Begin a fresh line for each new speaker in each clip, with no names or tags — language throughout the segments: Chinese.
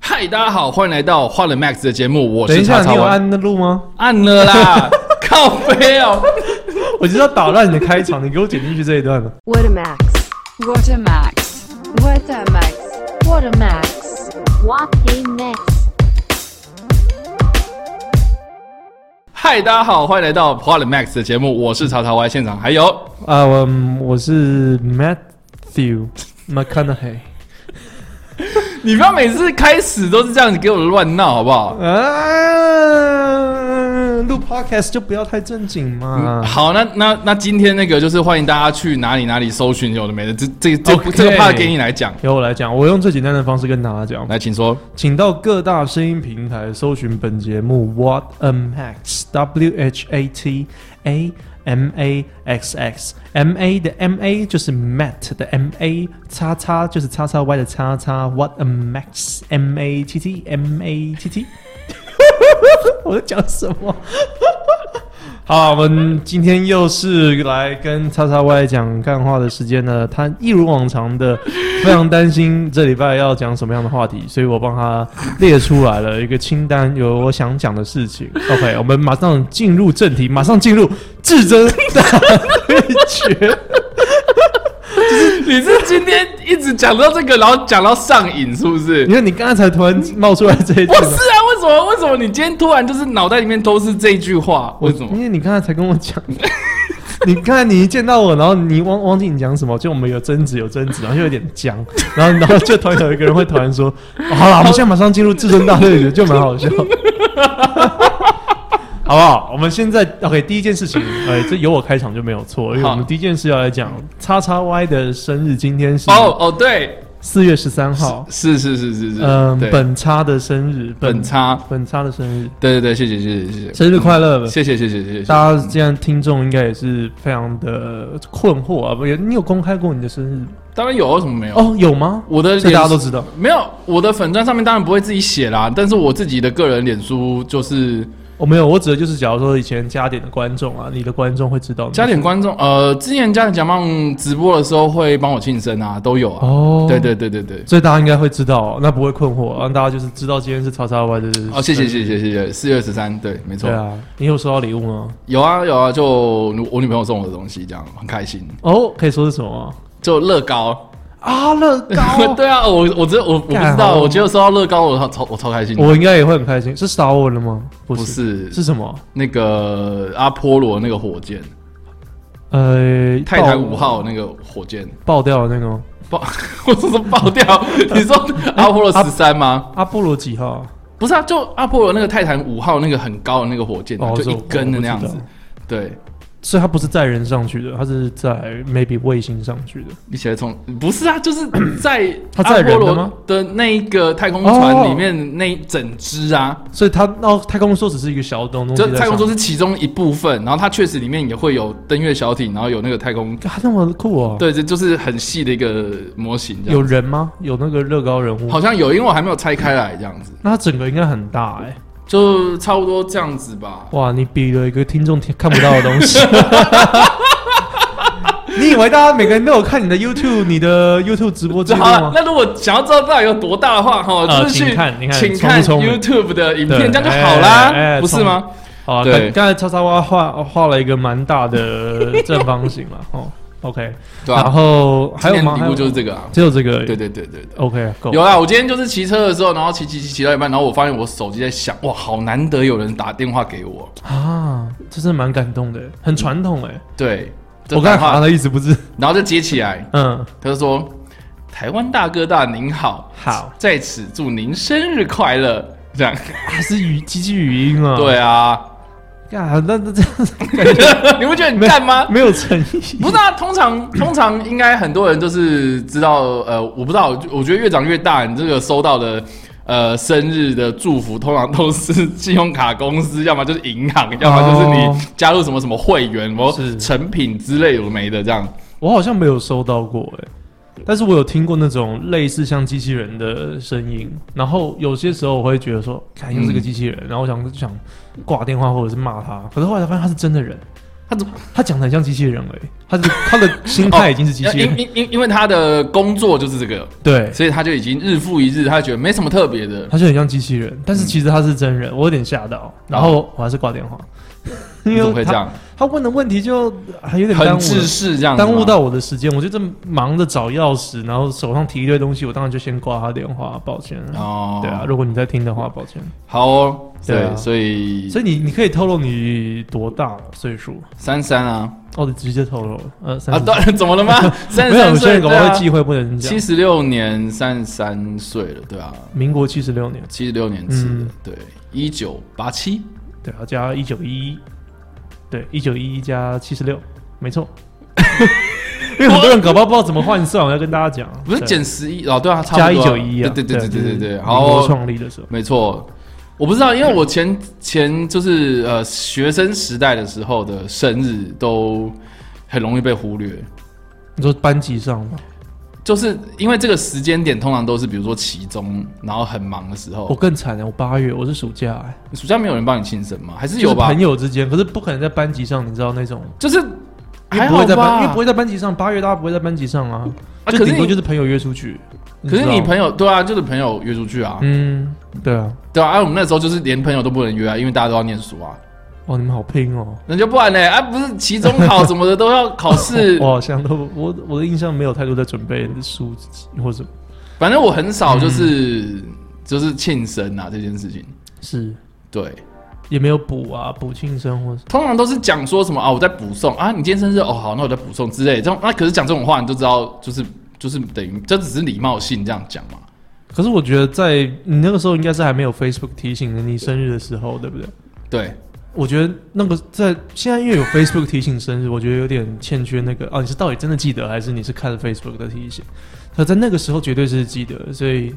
嗨，大家好，欢迎来到花人 Max 的节目，我
等
是
一
叉
下，
叉
你有
王。
按那录吗？
按了啦， 靠背哦。
我就是要打乱你的开场，你给我剪进去这一段了。
What a max.
What a max.
What a max. What a max. What a max.
嗨，大家好，欢迎来到花人 Max 的节目，我是曹曹 Y，现场还有
啊，我嗯我是 Matthew McConaughey
你不要每次开始都是这样子给我乱闹好不好？
啊，录 podcast 就不要太正经嘛。
好，那那那今天那个就是欢迎大家去哪里哪里搜寻有的没的，这这这
OK
这个 part 给你来讲，
由我来讲，我用最简单的方式跟大家讲，
来请说。
请到各大声音平台搜寻本节目 What a Max W H A T A M A X X M A 的 M A 就是 Matt 的 M A，叉叉就是叉叉 Y 的叉叉 What a Max M A T T M A T T，我在讲什么？好，我们今天又是来跟叉叉 Y 讲干话的时间了。他一如往常的非常担心这礼拜要讲什么样的话题，所以我帮他列出来了一个清单，有我想讲的事 情。OK，我们马上进入正题，马上进入至尊 大对决。
你是今天一直讲到这个，然后讲到上瘾是不是
因？为你刚才才突然冒出来这一
不
句嘛，
是啊，为什么为什么你今天突然就是脑袋里面都是这句话？为什么？
因为你刚才才跟我讲。你看，你一见到我，然后你忘忘记你讲什么，就我们有争执，有争执，然后就有点僵，然后然后就突然有一个人会突然说：“哦好了，我们现在马上进入至尊大对决，就蛮好笑，好不好？”我们现在 OK，第一件事情，哎，这由我开场就没有错，因为
好
我们第一件事要来讲叉叉 Y 的生日，今天是
哦哦，对，
四月十三号，
是是是是是，
嗯，
对
本叉的生日，
本差，
本叉的生日，
对对对，谢谢谢谢谢谢，
生日快乐！
谢谢谢谢谢谢，
大家这样听众应该也是非常的困惑啊！不，也你有公开过你的生日
当然有，为什么没有？
哦？有吗？
我的
这
脸
大家都知道。
没有，我的粉钻上面当然不会自己写啦，但是我自己的个人脸书就是
我、哦没有，我指的就是假如说以前加点的观众啊，你的观众会知道你
加点观众，呃，之前加点假梦直播的时候会帮我庆生啊，都有啊，
哦，
对，对对对对，
所以大家应该会知道哦、那不会困惑、啊，让大家就是知道今天是叉叉 Y 的。
哦，谢谢谢谢谢谢，四月十三，对，没错
对，啊，你有收到礼物吗？
有啊有啊，就我女朋友送我的东西，这样很开心，
哦，可以说是什么吗？
就乐高。
啊，乐 高，
对啊，我我这我我不
干
知
好
道，我觉得收到乐高，我超超我超开心的。
我应该也会很开心。是 Star Wars 的吗？不
不是
是什么？
那个阿波罗那个火箭，
呃，
泰坦
爆
五号那个火箭
爆掉的那个吗
爆，我说是爆掉。你说阿波罗十三吗？
阿波罗几号啊？
不是啊，就阿波罗那个泰坦五号那个很高的那个火箭啊、
哦
就一根的那样
我
子
知道。
对，
所以它不是载人上去的，它是在 maybe 卫星上去的。
一起来冲，不是啊，就是 在
它
阿
载
波
人的吗
罗的那一个太空
哦
船里面那一整只啊，
所以它哦，太空梭只是一个小东东西在
这
上面。
太空梭是其中一部分，然后它确实里面也会有登月小艇，然后有那个太空
啊，那么酷哦。，
对，这就是很细的一个模型，这
有
样
人吗？有那个乐高人物？
好像有，因为我还没有拆开来，这样子
那它整个应该很大哎、
就差不多这样子吧。
哇，你比了一个听众听看不到的东西。 你以为大家每个人都有看你的 YouTube、你的 YouTube 直播记
就
录
好啊了
吗，？
那如果想要知道到底有多大的话，哈，
呃
就是去
请看你看
请
聪不
看
聪明
YouTube 的影
对
片，这样就好啦，
哎哎
不是吗？
好啊，
对
刚刚才叉叉蛙画画了一个蛮大的正方形了哦。OK，
对吧、
然
啊？
后还
今
有
天
吗？
礼
还有
物就是
吗
这个啊，
只有这个而已。
对对对对对。
OK，够。
有啦，我今天就是骑车的时候，然后骑骑骑骑到一半，然后我发现我手机在响，哇，好难得有人打电话给我。
啊，这真的蛮感动的，很传统哎。
对，嗯这
我刚才
打电话
好像的意思不是，
然后就接起来，
嗯，
他就说：“台湾大哥大您好，
好，
在此祝您生日快乐。”这样，
还是语机器语音啊。，
对啊，
啊，那那这样子
你不觉得你干吗？
没有诚意。
不是啊，通常通常应该很多人都是知道，呃，我不知道，我觉得越长越大，你这个收到的。呃，生日的祝福通常都是信用卡公司， 要么就是银行，要么就是
哦
你加入什么什么会员、什么
是
成品之类有的没的这样。
我好像没有收到过哎，但是我有听过那种类似像机器人的声音，然后有些时候我会觉得
嗯
说，看又是个机器人，然后我想想挂电话或者是骂他，可是后来发现他是真的人，
他怎么？
他讲的很像机器人哎、他的他的心态已经是机器
哦因
人，
因因因为他的工作就是这个，
对，
所以他就已经日复一日，他觉得没什么特别的。
他就很像机器人，但是其实他是真人，我有点吓到，然后我还是挂 电话，
嗯你怎么会这
他
样？
他问的问题就还有点
很啊
耽误
自
了。
私这样子吗，
耽误到我的时间，我就这么忙着找钥匙，然后手上提一堆东西，我当然就先挂他电话，抱歉。
哦，
对啊，，如果你在听的话，抱歉。
好哦，
对啊
对，所以
所以你你可以透露你多大岁数？
三三啊
哦，你直接透露了，呃，三
啊，
十三、
对，怎 么了吗？三十
没有，有
三
些
岁，
人搞不好会
对
忌
啊，
讳不能讲
七。十六年三十三岁了，对啊，
民国七十六年，
七十六年次的
嗯，
对，一九八七，
对啊，加一九一一，对，一九一一加七十六，没错。因为很多人搞不好不知道怎么换算，我要跟大家讲，
不是
对
减十一哦，对啊，差
加
不
一
多
九一啊，
对对对对对对
就是
对，
民国
好，哦
创立的时候，
没错，我不知道，因为我前前就是呃学生时代的时候的生日都很容易被忽略，
你说班级上吗？
就是因为这个时间点通常都是比如说期中，然后很忙的时
我
候，
更惨啊的，我八月我是暑假欸，
暑假没有人帮你庆生吗？还是
就
有
是
吧
朋？友之间，可是不可能在班级上，你知道那种，
就是
因为
还
不会
好
在班，因为
吧
不？会在班级上，八月大家不会在班级上啊，
啊
就
可是
顶多
你
就是朋友约出去。
可是
知道
你
吗
朋友对啊，就是朋友约出去啊，
嗯，对啊，
对啊，啊我们那时候就是连朋友都不能约啊，因为大家都要念书啊，
哦，你们好拼哦，
那就不然呢？啊，不是期中考什么的都要考试
我，好像都我我的印象没有太多在准备书或者
反正我很少就是、
嗯
就是庆生啊这件事情，
是
对。
也没有补啊补庆生或是
通常都是讲说什么啊，我在补送啊，你今天生日哦，好，那我在补送之类的。这种那、可是讲这种话，你就知道，就是就是等于这只是礼貌性这样讲嘛。
可是我觉得在你那个时候应该是还没有 Facebook 提醒你生日的时候，对不对？
对，
我觉得那个在现在因为有 Facebook 提醒生日，我觉得有点欠缺那个啊，你是到底真的记得，还是你是看了 Facebook 的提醒？他在那个时候绝对是记得，所以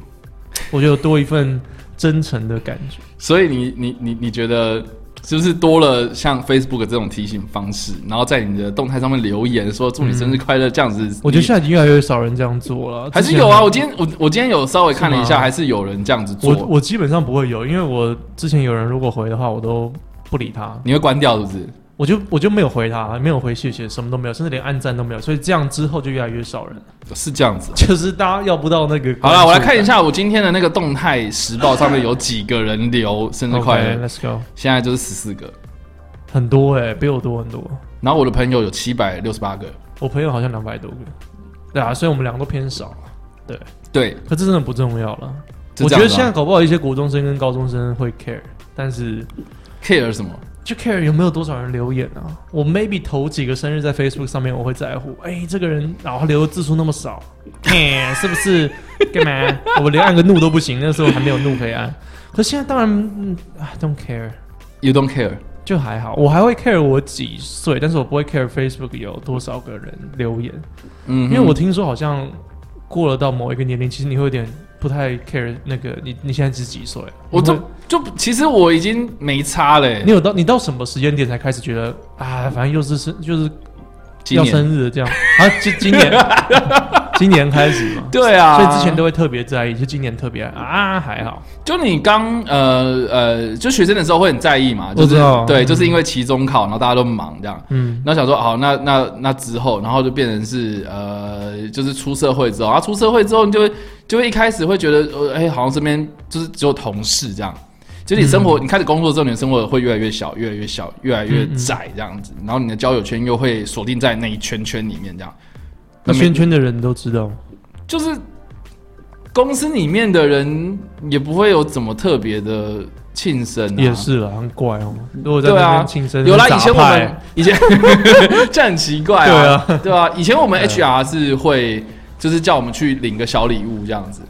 我觉得有多一份真诚的感觉。
所以你你你你觉得是不是多了像 Facebook 这种提醒方式，然后在你的动态上面留言说祝你生日快乐、这样子？
我觉得
你
现在已经越来越少人这样做了，
还
之
是
前
有啊。我今天我我今天有稍微看了一
是
下，
吗
还是有人这样子
我
做。
我基本上不会有，因为我之前有人如果回的话，我都不理他，
你会关掉是不是？
我就我就没有回他，没有回谢谢，什么都没有，甚至连按赞都没有，所以这样之后就越来越少人，
是这样子。
就是大家要不到那个关注
好
感。
了，我来看一下我今天的那个动态时报上面有几个人留生日
OK，
快乐，
Let's go，
现在就是十四个。
很多哎、比我多很多。
然后我的朋友有七百六十八个，
我朋友好像两百多个，对啊，所以我们两个都偏少，
对，
可这真的不重要了。
就
我
这样
觉得
子
现在
啊
搞不好一些国中生跟高中生会 care，但是
care 什么？
就 care 有没有多少人留言啊？我 maybe 头几个生日在 Facebook 上面我会在乎，哎、这个人然后、他留的字数那么少， 哎、是不是？干嘛？我连按个怒都不行，那时候还没有怒可以按。可现在当然、嗯、，I don't care，
You don't care。
就还好。我还会 care 我几岁，但是我不会 care Facebook 有多少个人留言。
嗯
因
哼，
为我听说好像过了到某一个年龄，其实你会有点不太 care 那个你你现在是几岁？
我
你
就
会
就其实我已经没差了欸、
你有到你到什么时间点才开始觉得啊，反正又是生就是
今
要
年
生日了这样啊？就今年 今年开始嘛，
对啊，
所以之前都会特别在意，就今年特别啊还好，
就你刚呃呃，就学生的时候会很在意嘛，就
我
是
知道
对，
嗯
就是因为期中考，然后大家都忙这样。
嗯，
那想说好，那那那之后，然后就变成是呃，就是出社会之后，然啊后出社会之后，你就会就会一开始会觉得，呃，哎、好像身边就是只有同事这样，就你生活，你开始工作之后，你的生活会越来越小，越来越小，越来越
嗯嗯
窄这样子，然后你的交友圈又会锁定在那一圈圈里面这样，
那
每
圈圈的人都知道，
就是公司里面的人也不会有怎么特别的庆生、啊，
也是了，很怪哦。如果在
对
那
啊
边庆生，
有啦，
打
以前我
牌
们以前 这很奇怪
对
啊，
啊，
对啊，以前我们
对
HR 是会就是叫我们去领个小礼物这样子，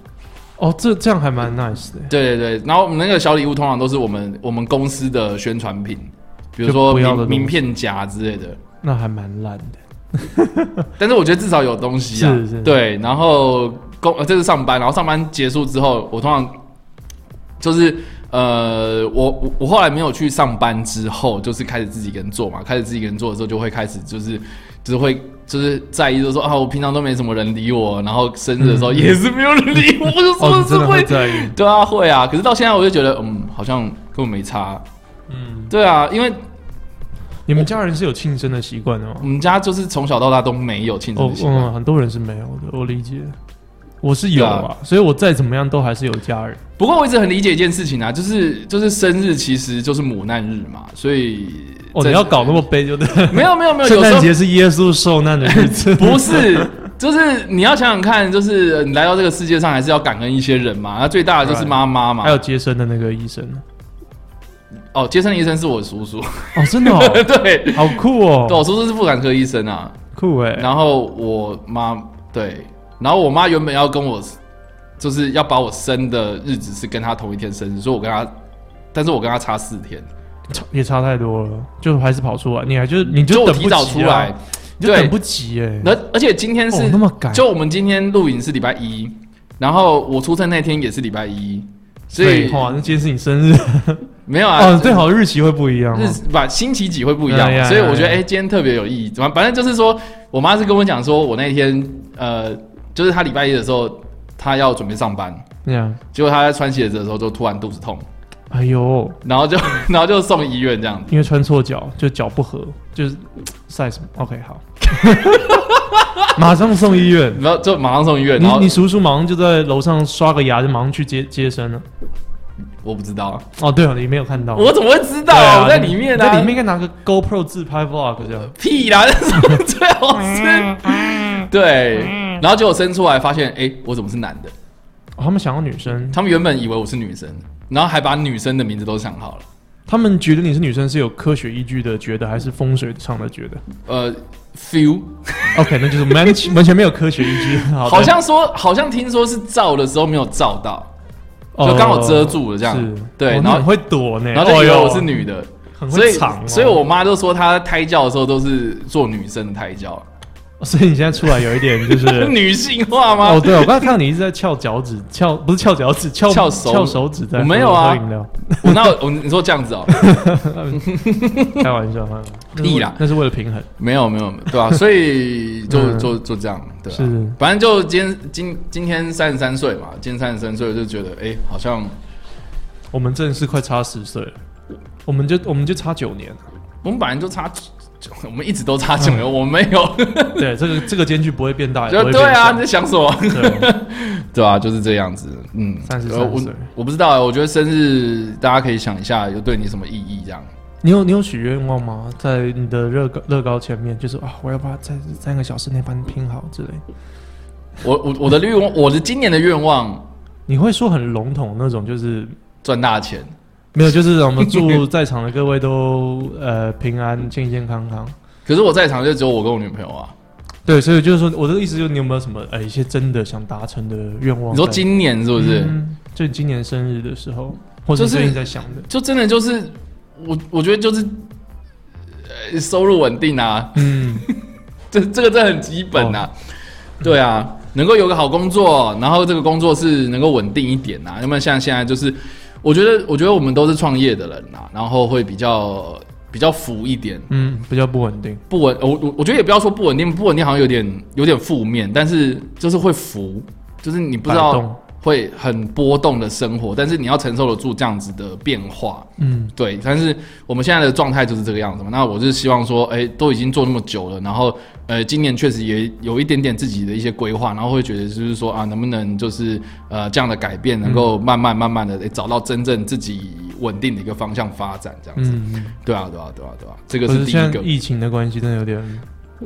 哦，这这样还蛮 nice 的，
对对对，然后我们那个小礼物通常都是我们我们公司的宣传品，比如
就
说
不要的
名
东西
名片夹之类的，
那还蛮烂的。
但是我觉得至少有东西啊，
是是
对，然后工呃这是上班，然后上班结束之后，我通常就是呃，我我我后来没有去上班之后，就是开始自己一个人做嘛，开始自己一个人做的时候，就会开始就是就是会就是在意，就是说啊，我平常都没什么人理我，然后生日的时候
嗯
也是没有人理我，我就
哦，
说
你
是
真的
会
会 在意，
对啊，会啊，可是到现在我就觉得嗯，好像根本没差，
嗯。
对啊，因为
你们家人是有庆生的习惯的吗
我？们家就是从小到大都没有庆生
哦
的，习惯。
嗯，很多人是没有的，我理解。我是有
对
啊，所以我再怎么样都还是有家人。
不过我一直很理解一件事情啊，就是就是生日其实就是母难日嘛，所以
哦，
在
你要搞那么悲就对。
没有没有没有，
圣
有时
诞
候
节是耶稣受难的日 子，
不是，就是你要想想看，就是呃你来到这个世界上，还是要感恩一些人嘛。那最大的就是妈妈嘛。
还有接生的那个医生。
哦，接生的医生是我叔 叔，
哦，真的哦，
对，
好酷
对我
哦，
叔叔是妇产科医生啊。
酷哎、
然后我妈对，然后我妈原本要跟我，就是要把我生的日子是跟她同一天生日，所以我跟她，但是我跟她差四天，
差也差太多了，就还是跑出来，你还就是你
所
就
以我
等不
提
及、啊、
早出来，，
你就
对
等不及哎、
而而且今天
哦
是、
那么赶
就我们今天录影是礼拜一，然后我出生那天也是礼拜一，所以
哇，那今天是你生日、
没 有啊，
哦，最好日期会不一样、
日
哦。
子吧，星期几会不一样
哎
嘛，
呀
所以我觉得
哎
哎、
呀
今天特别有意义。反反正就是说，我妈是跟我讲说，我那天呃，就是她礼拜一的时候，她要准备上班，
那样，
结果她在穿鞋子的时候就突然肚子痛，
哎呦，
然后就 然后就送医院这样子。
因为穿错脚，就脚不合，就是 size 不 OK 好，马上送医院。
然后就马上送医院，然后
你你叔叔马上就在楼上刷个牙，就马上去接接生了。
我不知道，
哦，对了，你没有看到，
我怎么会知道？
对啊
我在里面
你
呢、啊，
在里面应该拿个 GoPro 自拍 vlog 这样。
屁啦，那时候 最好吃。对，然后结果生出来发现，哎、我怎么是男的？
哦他们想要女生，
他们原本以为我是女生，然后还把女生的名字都想好了。
他们觉得你是女生是有科学依据的，觉得还是风水上的觉得
呃，feel
？OK，那就是完 全完全没有科学依据。好的
好像说，好像听说是照的时候没有照到，就刚好遮住了这样
是
对
哦
然
你
后
很会躲呢，
然后就以为
哦哟
我是，女的，
很
所
会
以
藏哦。
所以我妈就说她胎教的时候都是做女生的胎教，
所以你现在出来有一点 就是
女性化吗？
哦，对，我刚才看到你一直在翘脚趾，翘不是翘脚趾，翘
翘手
翘手指在
我没有啊
喝饮 料，
我那我你说这样子哦，
开玩笑，开玩笑，
屁啦
那是为了平衡。
没有没有，对吧、所以就
嗯
就就这样，对、啊，
是
反正就今天今今天三十三岁嘛，今天三十三岁我就觉得哎、好像
我们真的是快差十岁了，我们就我们就差九年了。
我们本来就差，我们一直都差九年，我没有，
对，这个这个间距不会变嗯哎大，也不
就
会
对
变
啊，
小
你在想什么？
对，
对啊，就是这样子。嗯，
33
呃我
岁
我不知道、啊，我觉得生日大家可以想一下，有对你什么意义这样。
你有你有许愿望吗？在你的乐高乐高前面，就是啊，我要把在三个小时内把你拼好之类。
我我我的愿望， 我的今年的愿望
你会说很笼统那种，就是
赚大钱。
没有，就是我们祝在场的各位都呃平安、健健康康。
可是我在场就只有我跟我女朋友啊。
对，所以就是说，我的意思就是，你有没有什么呃一些真的想达成的愿望
你
在？
说今年是不是？
嗯就你今年生日的时候，或者
就是
是你在想的，
就真的就是我，我觉得就是、呃、收入稳定啊，
嗯，
这这个这很基本
哦
啊。对啊，能够有个好工作，然后这个工作是能够稳定一点啊。要不然像现在就是，我觉得我觉得我们都是创业的人啊，然后会比较比较浮一点。
嗯，比较不稳定。
不稳，我我我觉得也不要说不稳定，不稳定好像有点有点负面，但是就是会浮，就是你不知
摆
道
动
会很波动的生活，但是你要承受得住这样子的变化，
嗯，
对。但是我们现在的状态就是这个样子嘛。那我就是希望说，哎、都已经做那么久了，然后呃，今年确实也有一点点自己的一些规划，然后会觉得就是说啊，能不能就是呃这样的改变，能
嗯
够慢慢慢慢的、诶找到真正自己稳定的一个方向发展，这样子。
嗯，
对啊，对啊，对啊，对啊，这
可
个是第一
现
个
在。疫情的关系，真的有点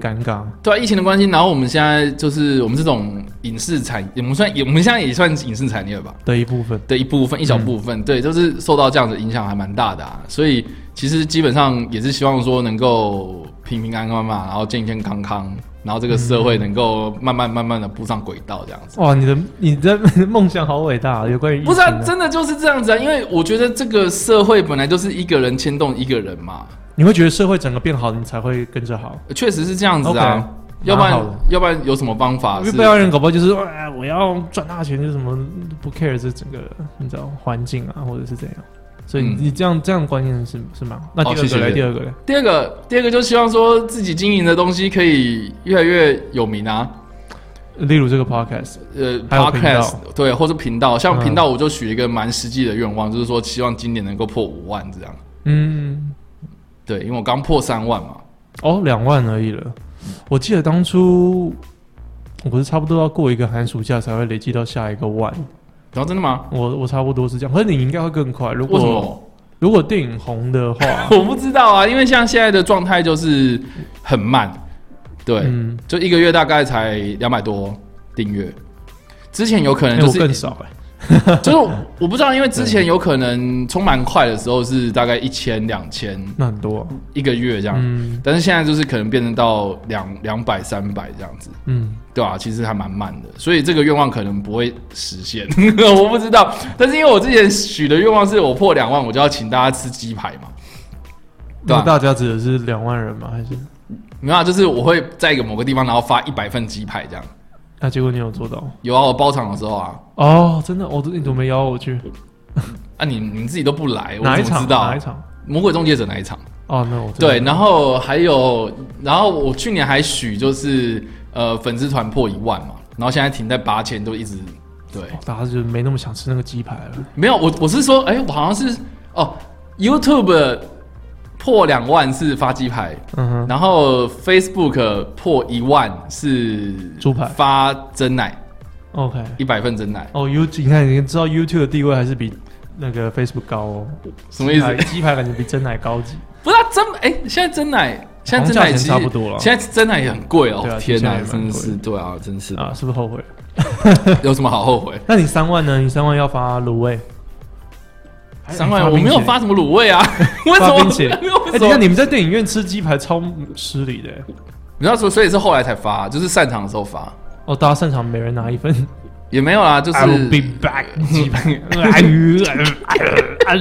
尴尬。
对啊，疫情的关系，然后我们现在就是我们这种影视产，我们算我们现在也算影视产业吧
的一部分。
的一部分，一
嗯
小部分，对，就是受到这样的影响还蛮大的啊。所以其实基本上也是希望说能够平平安安嘛，然后健健康康，然后这个社
嗯
会能够慢慢慢慢的步上轨道这样子。
哇，你的你的 梦想好伟大啊，有关于疫
不是啊
情，的
真的就是这样子啊，因为我觉得这个社会本来就是一个人牵动一个人嘛，
你会觉得社会整个变好，你才会跟着好。
确实是这样子啊
OK，
要不
蛮好
然
的
要不然有什么方法
因
啊是
为？被外人搞不好就是，哎，我要赚大钱，就是什么不 care 这整个你知道环境啊，或者是怎样。所以你
嗯
你这样这样观念是是蛮好。那第
哦
二
谢
个
谢
嘞，
谢谢
第二个嘞，
第二个，第二个就希望说自己经营的东西可以越来越有名啊，
例如这个 podcast，
呃
还有频道
，podcast 对，或是频道，像
嗯
频道我就许一个蛮实际的愿望，就是说希望今年能够破五万这样。
嗯，
对，因为我刚破三万嘛，
哦，两万而已了。我记得当初我是差不多要过一个寒暑假才会累积到下一个万，
然后真的吗？
我我差不多是这样。可是你应该会更快，如
为什
果
么？，
如果电影红的话
我不知道啊，因为像现在的状态就是很慢，对，
嗯，
就一个月大概才两百多订阅，之前有可能
哎
就
我
是、
更少哎、
就是我不知道，因为之前有可能充蛮快的时候是大概一千、两千
那很多、啊，
一个月这样，
嗯
但是现在就是可能变成到两两百、三百这样子，
嗯，
对啊，其实还蛮慢的，所以这个愿望可能不会实现， 我不知道。但是因为我之前许的愿望是我破两万，我就要请大家吃鸡排嘛，对
那
啊
大家指的是两万人吗？还是
没有啊，就是我会在一个某个地方，然后发一百份鸡排这样。
那、啊结果你有做到？
有啊，我包场的时候啊，
哦，真的，我、都你怎么没邀我去？
啊你你自己都不来，我
哪一
怎么
场？
知道
哪一？场？
魔鬼终结者那一场。
哦，那我知道
对，然后还有，然后我去年还许就是呃粉丝团破一万嘛，然后现在停在八千，都一直对，
哦大家就没那么想吃那个鸡排了。
没有我我是说，哎、我好像是哦，YouTube 破两万是发鸡排，
嗯哼，
然后 Facebook 破一万是
猪排
发真奶
OK。
一百份真奶，
哦，YouTube，你看，你知道 YouTube 的地位还是比那个 Facebook 高哦。
什么意思
鸡排？鸡排感觉比真奶高级。
不是、啊、真哎、现在真奶现在真
好像价
奶
钱
其实
差不多了
现在真奶也很贵哦，
对啊
天哪、
其实也蛮
真的
贵的
是对啊，真是的，
啊，是不是后悔了？
有什么好后悔？
那你三万呢？你三万要发卤味？
三万，我没有发
哎。
什么卤味 啊，为什
发
么
冰淇淋？
为
哎，
什
等一
么？
下，你们在电影院吃鸡排超失礼的。
你要说，所以是后来才发，就是散场的时候发，
哦，大家散场每人拿一 份。
也没有啦，就是
I'll be back。鸡排。哎呦哎呦哎呦哎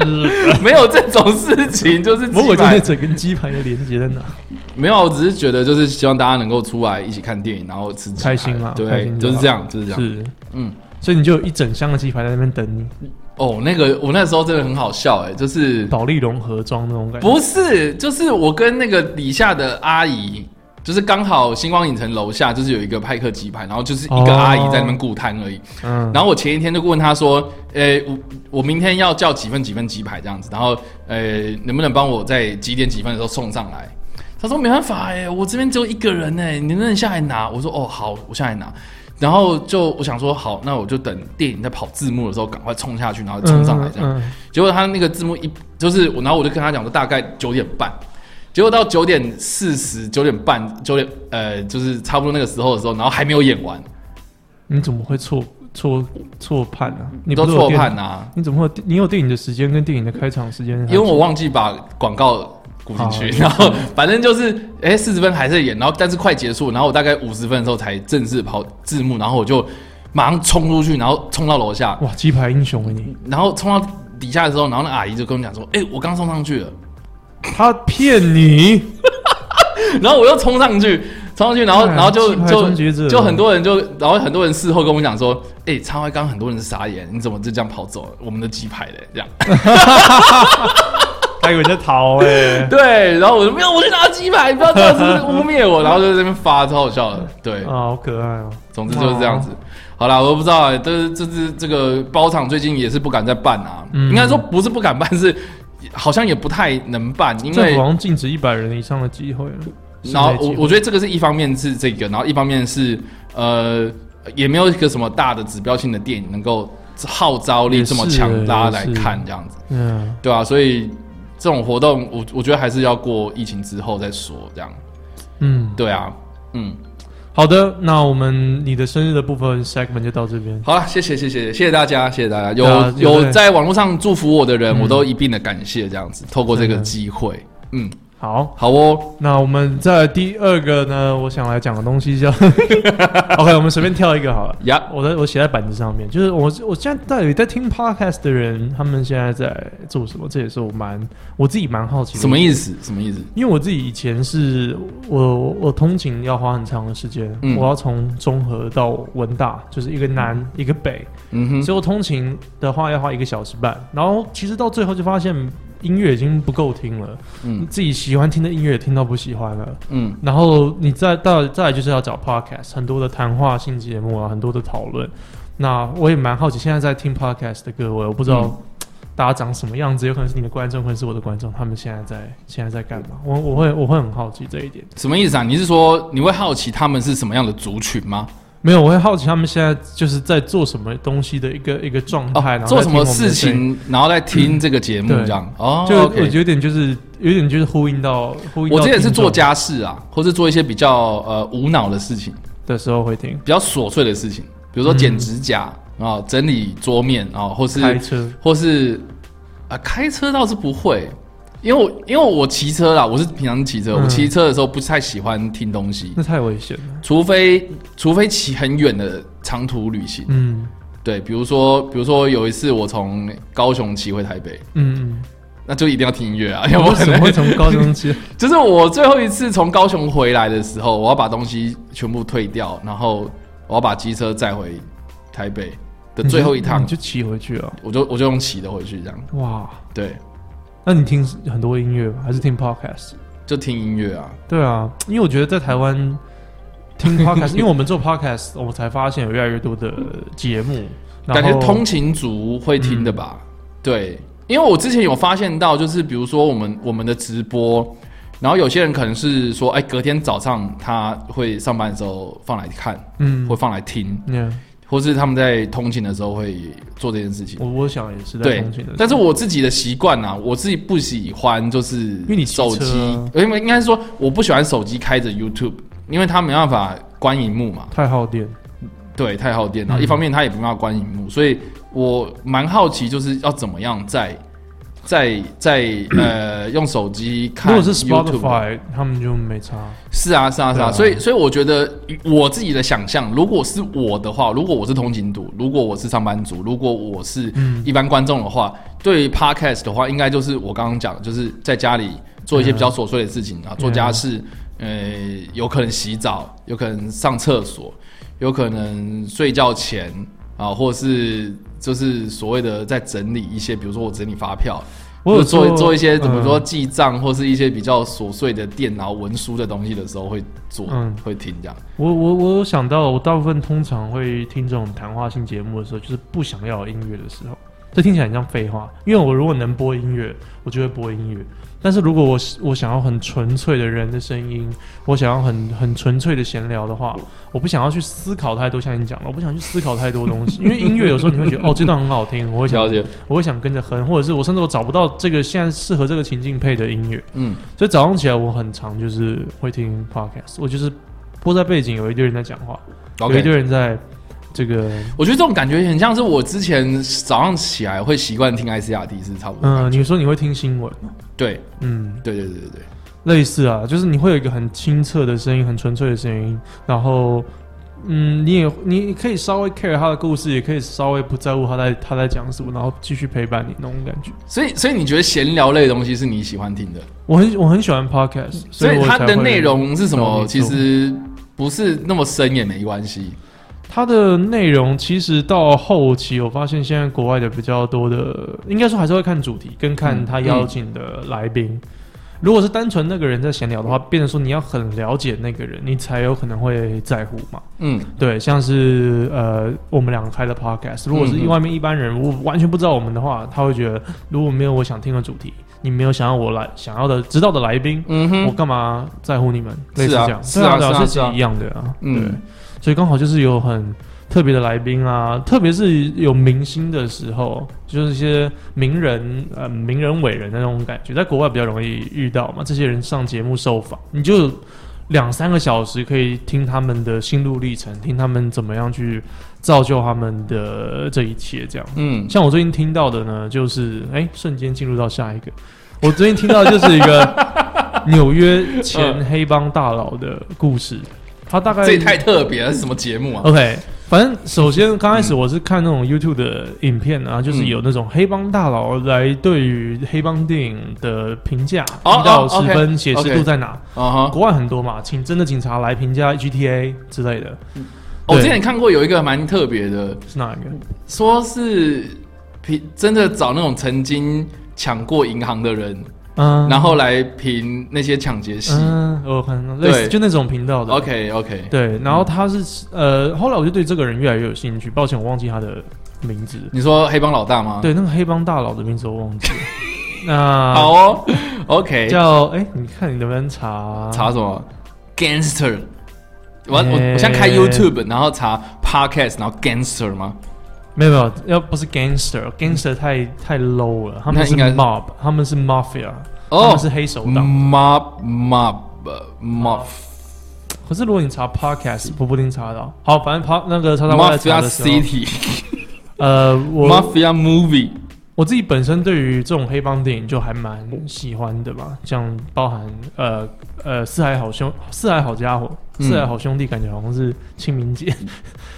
呦
没有这种事情，就是
不过
几
我真
百
的整跟鸡排的连接在哪？
没有，我只是觉得就是希望大家能够出来一起看电影，然后吃鸡排
开心啦开
对
心，就
就是
好
这样，就是这样。
是，
嗯，
所以你就有一整箱的鸡排在那边等你，
哦，那个我那时候真的很好笑哎，就是
保利龙盒装那种感觉。
不是就是我跟那个底下的阿姨。就是刚好星光影城楼下就是有一个派克鸡排，然后就是一个
哦
阿姨在那边顾摊而已。
嗯，
然后我前一天就问他说，呃、我我明天要叫几份几份鸡排这样子，然后呃，能不能帮我在几点几分的时候送上来？他说没办法哎、我这边只有一个人哎、你能不能下来拿？我说哦好，我下来拿。然后就我想说好，那我就等电影在跑字幕的时候赶快冲下去，然后冲上来这样。
嗯。嗯嗯
结果他那个字幕一就是我，然后我就跟他讲说大概九点半，结果到九点四十、九点半、九点呃，就是差不多那个时候的时候，然后还没有演完，
你怎么会错错错判呢、啊？你
都
不是有
错
电
判啊。
你怎么会有你有电影的时间跟电影的开场时间？
因为我忘记把广告鼓进去， 然后反正就是哎四十分还在演，然后但是快结束，然后我大概五十分的时候才正式跑字幕，然后我就马上冲出去，然后冲到楼下，
哇，鸡排英雄啊你！
然后冲到底下的时候，然后那阿姨就跟我讲说，哎、我刚冲上去了，
他骗你，
然后我又冲上去，冲上去，然后
哎
然后就
气派终结者
就就很多人就，然后很多人事后跟我讲说，哎、插外刚很多人傻眼，你怎么就这样跑走了？我们的鸡排嘞，这样。
他以为你在逃哎、
欸 对，然后我说没有，我去拿鸡排，不要这样子污蔑我，然后就在那边发，超好笑的。对，
啊，好可爱哦、
总之就是这样子。好啦，我不知道、欸，这这这这个包场最近也是不敢再办啊，
嗯
应该说不是不敢办，是好像也不太能办，因
政
为
府好像禁止一百人以上的机会了。
然后
室内
我
集会
我觉得这个是一方面是这个，然后一方面是呃也没有一个什么大的指标性的电影能够号召力这么
也是
强，大家
也
来
是
看这样子，
嗯，
对啊，所以这种活动我我觉得还是要过疫情之后再说这样，
嗯，
对啊，嗯。
好的，那我们你的生日的部分 segment 就到这边。
好了，谢谢谢谢谢谢大家，谢谢大家，有、
对啊对不
有
对
在网络上祝福我的人，
嗯
我都一并的感谢，这样子，透过这个
真的
机会，嗯，
好，
好哦，
那我们在第二个呢，我想来讲的东西叫 OK，我们随便挑一个好了。
呀，
我在我写在板子上面，就是我我现在到底在听 podcast 的人，他们现在在做什么？这也是我蛮我自己蛮好奇的。
什么
思？
意思？什么意思？
因为我自己以前是我我我通勤要花很长的时间，
嗯
我要从中和到文大，就是一个南、一个北，
嗯哼，
所以我通勤的话要花一个小时半。然后其实到最后就发现音乐已经不够听了，
嗯
自己喜欢听的音乐也听到不喜欢了。
嗯
然后你再到再来就是要找 podcast，很多的谈话性节目啊，很多的讨论。那我也蛮好奇，现在在听 podcast 的各位，我不知道、
嗯
大家长什么样子，有可能是你的观众，可能是我的观众，他们现在在现在在干嘛？我我会我会很好奇这一点。
什么意思啊？你是说你会好奇他们是什么样的族群吗？
没有，我会好奇他们现在就是在做什么东西的一个一个状态，
哦
然后
做
在
什
听
么
我们的
事
声音。嗯
情，然后再听这个节目
对
这样？哦，
就我
OK
觉得有点就是有点就是呼应到呼应到
我之前是做
听众
家事啊，或是做一些比较呃无脑的事情，
的时候会听，
比较琐碎的事情，比如说剪指甲啊、整理桌面啊，或是
嗯开车
或是啊、开车倒是不会，因为我因为我骑车啦，我是平常骑车，
嗯
我骑车的时候不太喜欢听东西，
那太危险了。
除非除非骑很远的长途旅行，
嗯
对，比如说比如说有一次我从高雄骑回台北，
嗯，
那就一定要听音乐啊， 要
嗯
不
为什么
然
会从高中起？
就是我最后一次从高雄回来的时候，我要把东西全部退掉，然后我要把机车载回台北的最后一趟，
你就骑回去啊？
我就我就用骑的回去，这样
哇，
对，
那你听很多音乐吧，还是听 podcast？
就听音乐啊。
对啊，因为我觉得在台湾 听 podcast，因为我们做 podcast，我才发现有越来越多的节目，然
感觉
后嗯
通勤族会听的吧？对，因为我之前有发现到，就是比如说我们我们的直播，然后有些人可能是说，哎，隔天早上他会上班的时候放来看，
嗯
会，放来听，
yeah,
或是他们在通勤的时候会做这件事情。
我我想也是在
对
通勤的时候，，
但是我自己的习惯啊，我自己不喜欢，就是因
为你骑车
手
啊
机，因为应该是说我不喜欢手机开着 YouTube，因为它没办法关荧幕嘛。
太耗电，
对，太耗电了。
嗯
一方面它也没办法关荧幕，所以我蛮好奇，就是要怎么样在在在呃用手机
如
看 YouTube。
果是 Spotify，他们就没差。
是啊，是啊，是
对
啊。
啊
所以所以我觉得我自己的想象，如果是我的话，如果我是通勤族，如果我是上班族，如果我是
嗯
一般观众的话，对于 Podcast 的话，应该就是我刚刚讲的，就是在家里做一
嗯
些比较琐碎的事情啊，做家事，呃，有可能洗澡，有可能上厕所，有可能睡觉前啊，或是就是所谓的在整理一些，比如说我整理发票，
我有
就做
做
做一些怎么
嗯
说记账或是一些比较琐碎的电脑文书的东西的时候会做，
嗯
会听这样。
我我我有想到，我大部分通常会听这种谈话性节目的时候，就是不想要有音乐的时候。这听起来很像废话，因为我如果能播音乐，我就会播音乐。但是如果我我想要很纯粹的人的声音，我想要很很纯粹的闲聊的话，我不想要去思考太多，像你讲了，我不想去思考太多东西，因为音乐有时候你会觉得哦这段很好听，我会想
了解，
我会想跟着哼，或者是我甚至我找不到这个现在适合这个情境配的音乐，
嗯，
所以早上起来我很常就是会听 podcast，我就是播在背景有一堆人在讲话有一堆人在这个
我觉得这种感觉很像是我之前早上起来会习惯听 ICRT 是差不多的
嗯、
感觉。
你说你会听新闻，
对
嗯，
对对对对对，
类似啊，就是你会有一个很清澈的声音，很纯粹的声音，然后。嗯，你也你可以稍微 care 他的故事，也可以稍微不在乎他在他在讲什么，然后继续陪伴你那种感觉。
所以所以你觉得闲聊类的东西是你喜欢听的，
我很我很喜欢 podcast，
所以
我
它
才
的
会
内容是什
懂
么？
你
其实不是那么深也没关系。
它的内容其实到后期，我发现现在国外的比较多的，应该说还是会看主题，跟看他邀请的来宾。
嗯
如果是单纯那个人在闲聊的话，变成说你要很了解那个人，你才有可能会在乎嘛。
嗯，
对，像是呃，我们两个开的 podcast，如果是
嗯嗯
外面一般人，我完全不知道我们的话，他会觉得如果没有我想听的主题，你没有想要我来想要的知道的来宾，
嗯
我
哼，
干嘛在乎你们？
是啊
类似这样，
是啊
对
是啊
对
是啊
是一样的啊。
嗯
对，所以刚好就是有很特别的来宾啊，特别是有明星的时候，就是一些名人呃名人伟人的那种感觉，在国外比较容易遇到嘛。这些人上节目受访，你就两三个小时可以听他们的心路历程，听他们怎么样去造就他们的这一切，这样。
嗯，
像我最近听到的呢，就是哎、瞬间进入到下一个。我最近听到的就是一个纽约前黑帮大佬的故事，他大概
这也太特别了，是什么节目啊？
OK。反正首先刚开始我是看那种 YouTube 的影片
嗯
啊，就是有那种黑帮大佬来对于黑帮电影的评价，
哦
一到
哦
十
OK，
分写实
OK
度在哪？
啊哈，
国外很多嘛，请真的警察来评价 GTA 之类的，
嗯哦我
对
之前看过有一个蛮特别的，
是哪一个？
说是评真的找那种曾经抢过银行的人，
嗯，
然后来评那些抢劫戏。
嗯，我有看到类
对哦
似就那种频道的
OK OK，嗯
对，然后他是呃，后来我就对这个人越来越有兴趣。抱歉，我忘记他的名字。
你说黑帮老大吗？，
对，那个黑帮大佬的名字 我忘记了。那
好哦，OK，
叫哎、你看你能不能查
查什么？Gangster。我我
欸
我现在开 YouTube，然后查 Podcast，然后 Gangster 吗？
没有没有，要不是 gangster，gangster 太太 low 了，他们
那
是
应该是
mob，他们是 mafia，、他
哦
们是黑手党。
，Mob Mob
哦
呃 Mob
可是如果你查 podcast，不不一定查得到。好，反正 pod 那个查查我在查
Mafia
的时候，
City
呃，我
Mafia Movie，
我自己本身对于这种黑帮电影就还蛮喜欢的吧，像包含呃呃四海好兄、四海好家伙、
嗯
四海好兄弟，感觉好像是清 明节。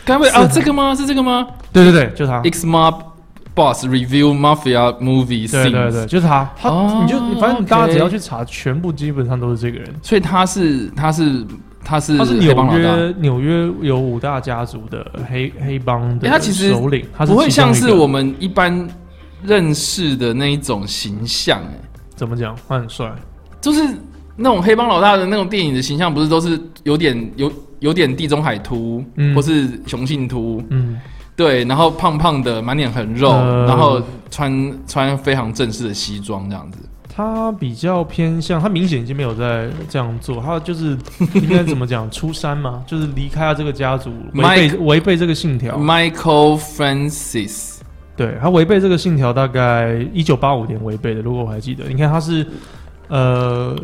该不会啊
是
这个吗？是这个吗
对对对，就他。
？X Mob Boss Review Mafia Movie
对对
Scenes，
对，就是他，他、
哦
你就反正大家
OK
只要去查，全部基本上都是这个人。
所以他是他是他是
他是
黑
纽
帮老大
约纽约有五大家族的黑黑帮的
欸他其实
首领，他是
不会
其中
像
一
是
个
我们一般认识的那一种形象、欸，
怎么讲，他很帅，
就是那种黑帮老大的那种电影的形象，不是都是有点有有点地中海秃，
嗯
或是雄性秃，
嗯，
对，然后胖胖的，满脸横肉，
呃
然后穿穿非常正式的西装这样子。
他比较偏向，他明显已经没有在这样做，他就是 应该怎么讲，出山嘛，就是离开他这个家族，违
Mike- 嗯
背违背这个信条，
Michael Francis，
对他违背这个信条，大概一九八五年违背的，如果我还记得，你看他是，呃，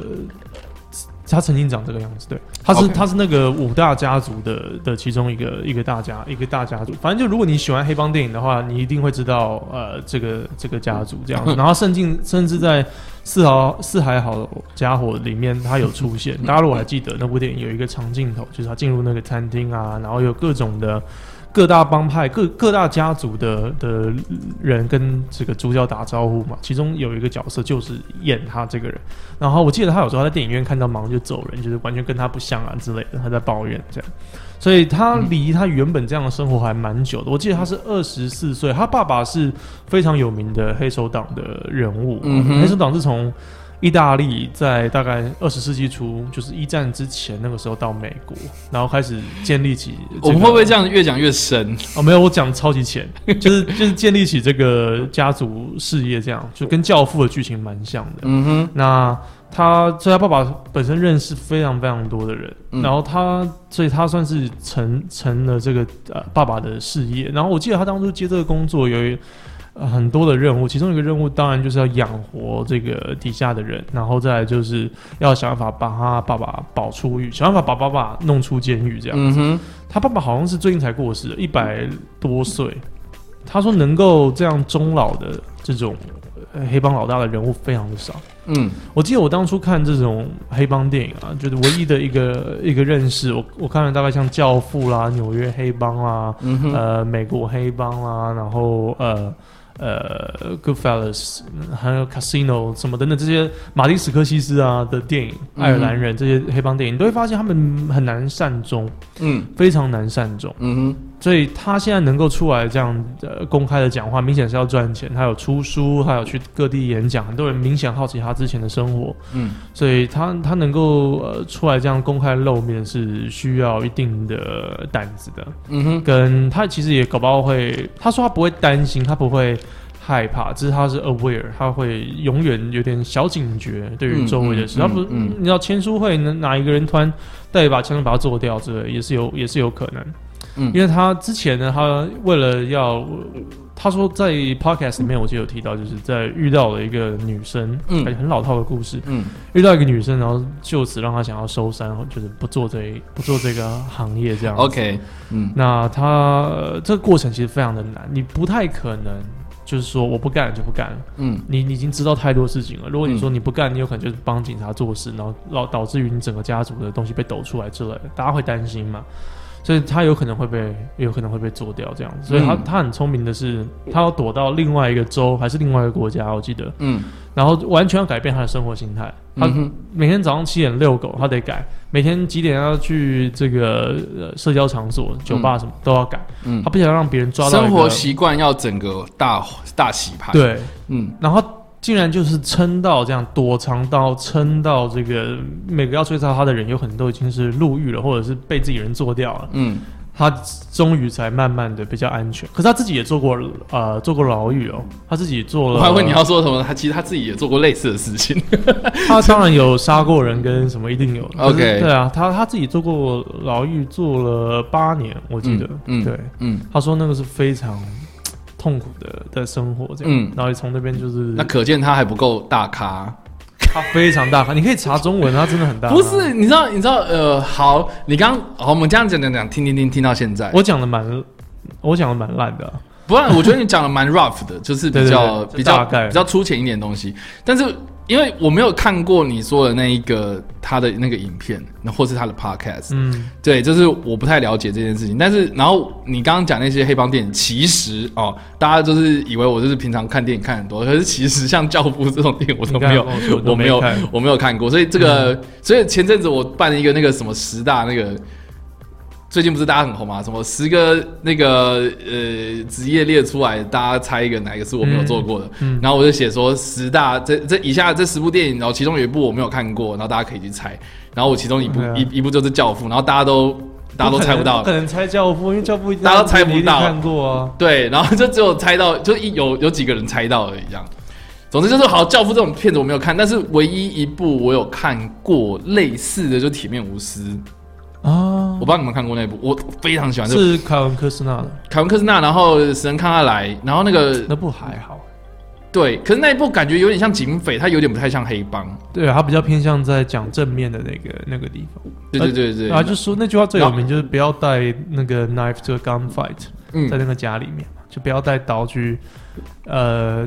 他曾经长这个样子，对，他是
OK
他是那个五大家族的的其中一个一个大家一个大家族，反正就如果你喜欢黑帮电影的话，你一定会知道呃这个这个家族这样子，然后甚至甚至在四豪四海好家伙里面他有出现，大家如果还记得那部电影有一个长镜头，就是他进入那个餐厅啊，然后有各种的。各大帮派、各各大家族的的人跟这个主角打招呼嘛，其中有一个角色就是演他这个人。然后我记得他有时候他在电影院看到马上就走人，就是完全跟他不像啊之类的，他在抱怨这样。所以他离他原本这样的生活还蛮久的。我记得他是
嗯
二十四岁，他爸爸是非常有名的黑手党的人物。
嗯哼
黑手党是从意大利在大概二十世纪初，就是一战之前那个时候到美国，然后开始建立起、
我们会不会这
样？
样越讲越深？
哦，没有，我讲超级浅， 就是就是建立起这个家族事业，这样就跟《教父》的剧情蛮像的。
嗯哼，
那他所以他爸爸本身认识非常非常多的人，
嗯
然后他所以他算是成成了这个呃爸爸的事业。然后我记得他当初接这个工作有一、呃很多的任务，其中一个任务当然就是要养活这个底下的人，然后再来就是要想办法把他爸爸保出狱，想办法把爸爸弄出监狱这样。
嗯哼，
他爸爸好像是最近才过世，一百多岁。他说能够这样终老的这种呃黑帮老大的人物非常的少。
嗯，
我记得我当初看这种黑帮电影啊，就是唯一的一个一个认识，我我看了大概像《教父》啦、《纽约黑帮》啦、
嗯哼，
呃《美国黑帮》啦，然后呃呃《Goodfellas》，还有《Casino》什么等等这些马丁·史科西斯啊的电影，
嗯
爱尔兰人这些黑帮电影，你都会发现他们很难善终，
嗯，
非常难善终。
嗯哼。
所以他现在能够出来这样呃公开的讲话，明显是要赚钱。他有出书，他有去各地演讲，很多人明显好奇他之前的生活。
嗯，
所以他他能够呃出来这样公开露面是需要一定的胆子的。
嗯哼，
跟他其实也搞不好会，他说他不会担心，他不会害怕，只是他是 aware，他会永远有点小警觉对于周围的
嗯
事。
嗯
他不，
嗯嗯
你知道签书会能哪一个人突然带一把枪把他做掉之类，也是有也是有可能。
嗯
因为他之前呢，他为了要。他说，在 podcast 里面，我就有提到，就是在遇到了一个女生，
嗯
感觉很老套的故事，
嗯
遇到一个女生，然后就此让他想要收山，就是不做这一不做这个行业这样子。
，OK，嗯
那他、呃这个过程其实非常的难，你不太可能就是说我不干了就不干了，
嗯
你你已经知道太多事情了。如果你
嗯
说你不干，你有可能就是帮警察做事，然后导导致于你整个家族的东西被抖出来之类的，大家会担心嘛。所以他有可能会被，有可能会被做掉这样子。所以他、
嗯
他很聪明的是，他要躲到另外一个州还是另外一个国家，我记得，
嗯，
然后完全要改变他的生活形态。他
嗯哼
每天早上七点遛狗，他得改；每天几点要去这个呃社交场所、酒吧什么、都要改。
嗯
他不想让别人抓到一
生
个
活习惯要整个大大洗牌。，
对，
嗯
然后竟然就是撑到这样躲藏到撑到这个每个要追杀他的人，有很多都已经是入狱了，或者是被自己人做掉了。
嗯
他终于才慢慢的比较安全。可是他自己也做过呃做过牢狱哦，他自己做
我
了。
还问你要说什么，他其实他自己也做过类似的事情。
他当然有杀过人跟什么一定有。可是
OK
对啊，他他自己做过牢狱，做了八年，我记得。
嗯嗯
对，
嗯，
他说那个是非常痛苦的的生活，这样。
嗯
然后从那边就是
那可见他还不够大咖。
他非常大咖，你可以查中文，他真的很大。
不，是，你知道，你知道，呃，好，你刚好我们这样讲讲讲，听听听听到现在，
我讲的蛮，我讲的蛮烂的啊、
不然我觉得你讲的蛮 rough 的，就是比较
对对对
比
就大
较
概
比较粗浅一点的东西。但是因为我没有看过你说的那一个他的那个影片，或是他的 podcast，、
嗯，
对，就是我不太了解这件事情。但是然后你刚刚讲那些黑帮电影，其实哦，大家就是以为我就是平常看电影看很多，可是其实像《教父》 这种电影我都没有
你看哦我，
我没有
我没看嗯
我没有看过。所以这个，所以前阵子我办了一个那个什么十大那个。最近不是大家很红嘛？什么十个那个呃职业列出来，大家猜一个哪一个是我没有做过的？
嗯嗯
然后我就写说十大这这以下这十部电影，然后其中有一部我没有看过，然后大家可以去猜。然后我其中一部、
对啊
一一部就是《教父》，然后大家都大家都猜不到
可，能猜教父，因为教父一定
大家都猜不
你一定
到
看过啊。
对，然后就只有猜到，就一有有几个人猜到而已这样。总之就是好，《教父》这种片子我没有看，但是唯一一部我有看过类似的，就《铁面无私》，
啊
我不知道你们有没有看过那部，我非常喜欢这部。
是凯文·科斯纳的，
凯文·科斯纳，然后神看他来，然后那个
那部还好。
对，可是那一部感觉有点像警匪，他有点不太像黑帮。
对，他比较偏向在讲正面的那个那个地方。
对对对对，
然后啊就说那句话最有名，就是不要带那个 knife to a gunfight，、
嗯
在那个家里面嘛，就不要带刀去。呃，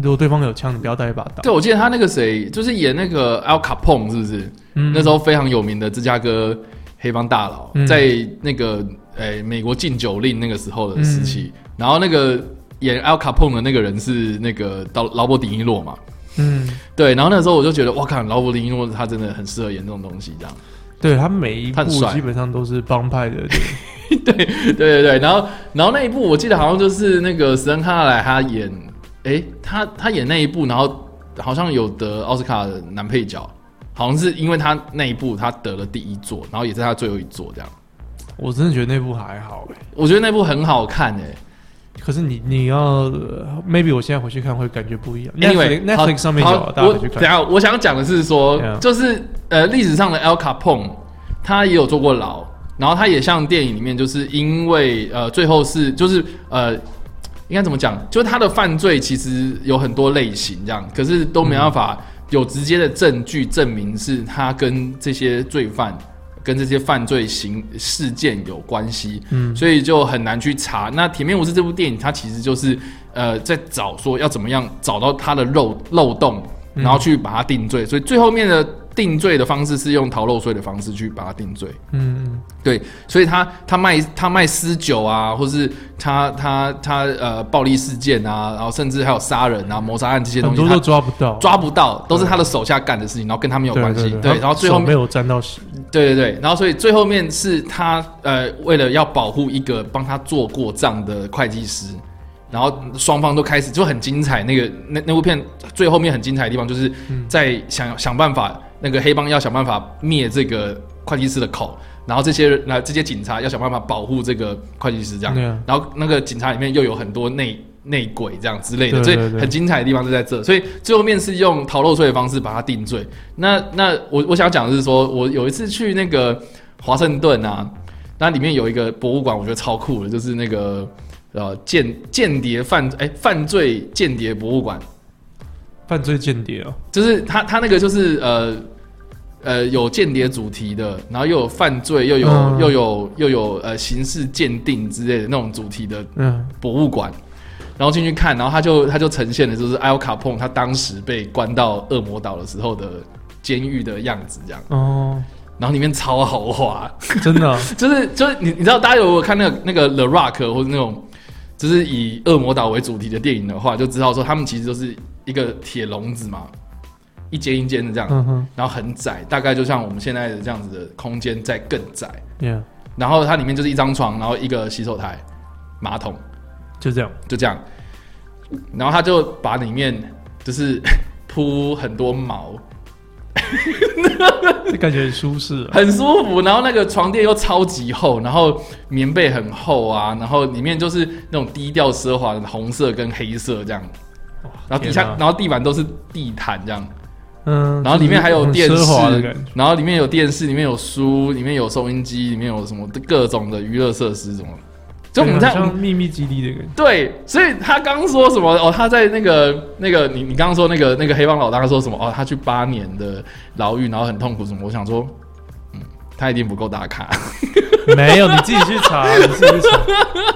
如果对方有枪，你不要带一把刀。
对，我记得他那个谁，就是演那个 Al Capone 是不是？
嗯
那时候非常有名的芝加哥黑帮大佬，
嗯
在那个诶、美国禁酒令那个时候的时期，
嗯
然后那个演 Al Capone 的那个人是那个劳劳勃·迪尼洛嘛。
嗯，
对，然后那时候我就觉得，哇靠，劳勃·迪尼洛他真的很适合演这种东西，这样。
对他每一
他
部
很帅
基本上都是帮派的电影。
对对对，然后然后那一部我记得好像就是那个史恩卡莱他演，诶，他他演那一部，然后好像有得奥斯卡的男配角，好像是因为他那一部他得了第一座，然后也是他最后一座这样。
我真的觉得那部还好哎、
我觉得那部很好看欸诶，
可是你你要、呃 maybe 我现在回去看会感觉不一样。
因为
Netflix Netflix 上面有，啊大家
我
回去
等
看。
下我想讲的是说
Yeah
就是呃历史上的 Al Capone，他也有坐过牢，然后他也像电影里面，就是因为呃最后是就是呃应该怎么讲，就是他的犯罪其实有很多类型这样，可是都没办法
嗯
有直接的证据证明是他跟这些罪犯。跟这些犯罪行事件有关系，
嗯
所以就很难去查。那《铁面无私》这部电影，它其实就是呃，在找说要怎么样找到他的漏漏洞，
嗯
然后去把它定罪。所以最后面的定罪的方式是用逃漏税的方式去把它定罪。
嗯嗯。
对，所以他他卖他卖私酒啊，或是他他他呃暴力事件啊，然后甚至还有杀人啊、谋杀案这些
很
东西，
多
他
都抓不到，
抓不到，都是他的手下干的事情，然后跟他没有关系。对，然后最后
手
面
没有沾到血，
对对对，然后所以最后面是他呃，为了要保护一个帮他做过账的会计师，然后双方都开始就很精彩。那个那那部片最后面很精彩的地方，就是在想、想办法，那个黑帮要想办法灭这个会计师的口，然后这些人，那这些警察要想办法保护这个会计师这样。
对啊
然后那个警察里面又有很多内内鬼这样之类的，
对对
所
对
以很精彩的地方就在这。所以最后面是用逃漏税的方式把它定罪。那那我我想讲的是说，我有一次去那个华盛顿啊，那里面有一个博物馆，我觉得超酷的，就是那个呃间间谍犯哎、犯罪间谍博物馆，
犯罪间谍哦，
就是他他那个就是呃呃有间谍主题的，然后又有犯罪，又有、
嗯
又有又有呃刑事鉴定之类的那种主题的
嗯，
博物馆，然后进去看，然后他就他就呈现的就是埃尔卡碰他当时被关到恶魔岛的时候的监狱的样子，这样，
哦，
然后里面超豪华，
真的啊，
就是就是你你知道大家有没有看那个那个 The Rock 或者那种就是以恶魔岛为主题的电影的话，就知道说他们其实就是一个铁笼子嘛，一间一间的这样，
嗯哼
然后很窄，大概就像我们现在的这样子的空间再更窄，
，Yeah，
然后它里面就是一张床，然后一个洗手台、马桶。
就这样，
就这样。 然后他就把里面就是铺很多毛，
就感觉很舒适啊。
很舒服，然后那个床垫又超级厚，然后棉被很厚啊，然后里面就是那种低调奢华的红色跟黑色这样， 然后底下
天，哪
然后地板都是地毯这样，
嗯，
然后里面还有
就是
电
很
视
奢华的感觉，
然后里面有电视，里面有书，里面有收音机，里面有什么各种的娱乐设施什么的，就我们
对
在
好像秘密基地的感觉。
对，所以他刚说什么哦？他在那个那个你你刚刚说那个那个黑帮老大说什么哦？他去八年的牢狱，然后很痛苦什么？我想说，嗯，他一定不够大 咖，
没有，你自己去查，你自己去查。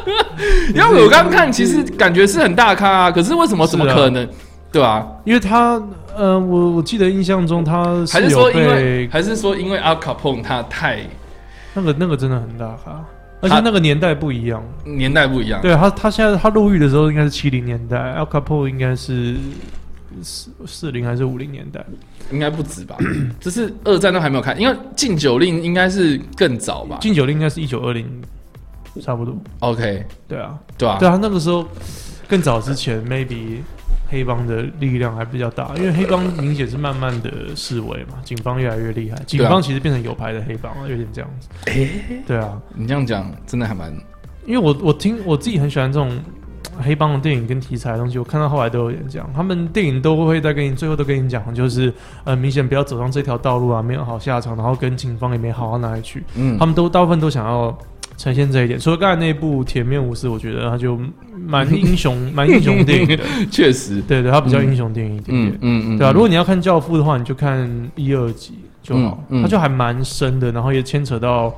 因为我刚看其实感觉是很大咖啊，可是为什么怎么
是啊
可能？对啊，
因为他，呃，我我记得印象中他
还是
有
说因为
被
还是说因为阿卡碰他太
那个那个真的很大咖，而且
他
那个年代不一样。
年代不一样，
对他，他现在他入狱的时候应该是七零年代，Al Capone 应该是四四零还是五零年代？
应该不止吧？ 只是二战都还没有看，因为禁酒令应该是更早吧
禁酒令应该是一九二零，差不多。
？OK，
对啊，
对啊，
对啊，那个时候更早之前，maybe 黑帮的力量还比较大，因为黑帮明显是慢慢的示威嘛，警方越来越厉害，警
对啊
方其实变成有牌的黑帮了，有点这样子。对啊，
你这样讲真的还蛮
因为我我听我自己很喜欢这种呃黑帮的电影跟题材的东西，我看到后来都有点这样，他们电影都会在跟你最后都跟你讲，就是呃明显不要走上这条道路啊，没有好下场，然后跟警方也没好到哪里去，
嗯
他们都大部分都想要呃呈现这一点。除了刚才那一部《铁面无私》，我觉得他就蛮英雄，蛮英雄电影 的，
确实，
对对，他比较英雄电影一点
嗯
点，
嗯嗯，
对啊，如果你要看《教父》的话，你就看一二集就好，
嗯嗯
它就还蛮深的，然后也牵扯到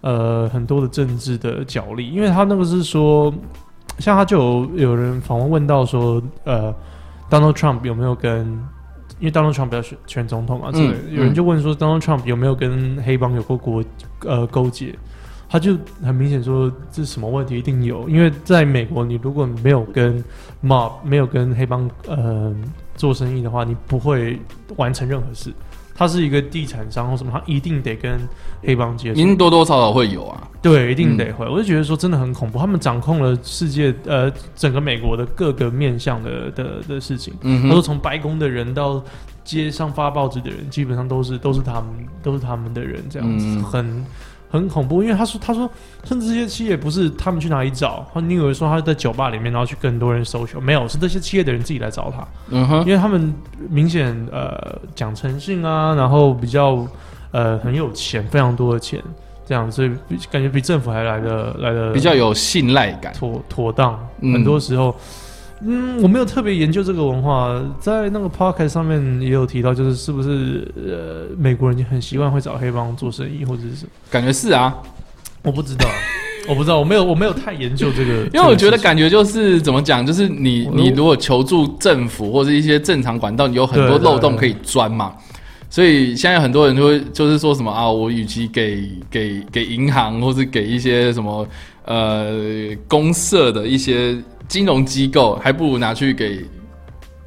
呃很多的政治的角力，因为他那个是说，像他就有有人访问问到说，呃，Donald Trump 有没有跟，因为 Donald Trump 要选选总统嘛，之类的，
嗯
有人就问说 Donald Trump 有没有跟黑帮有过国呃勾结。他就很明显说这是什么问题一定有，因为在美国，你如果没有跟 mob 没有跟黑帮呃做生意的话，你不会完成任何事。他是一个地产商或什么，他一定得跟黑帮接触，
您多多少少会有啊，
对，一定得会。我就觉得说真的很恐怖，他们掌控了世界呃整个美国的各个面向的的的事情。
嗯
他说
哼，
从白宫的人到街上发报纸的人，基本上都是都是他们都是他们的人，这样子、
嗯
很很恐怖。因为他说他说，甚至这些企业不是他们去哪里找，他你以为说他在酒吧里面，然后去更多人搜寻，没有，是这些企业的人自己来找他，
嗯哼，
因为他们明显呃讲诚信啊，然后比较呃很有钱，非常多的钱，这样所以比感觉比政府还来的来的
比较有信赖感，
妥妥当，
嗯
很多时候。嗯，我没有特别研究这个文化，在那个 podcast 上面也有提到，就是是不是呃美国人就很习惯会找黑帮做生意，或者是 什么？
感觉是啊，
我不知道，我不知道，我没有我没有太研究这个，
因为我觉
这个
得
事情
感觉就是怎么讲，就是你
我
你如果求助政府或者一些正常管道，你有很多
对对
漏洞
对
可以钻嘛。所以现在很多人就会就是说什么啊，我与其给给给银行或是给一些什么呃公社的一些金融机构，还不如拿去给。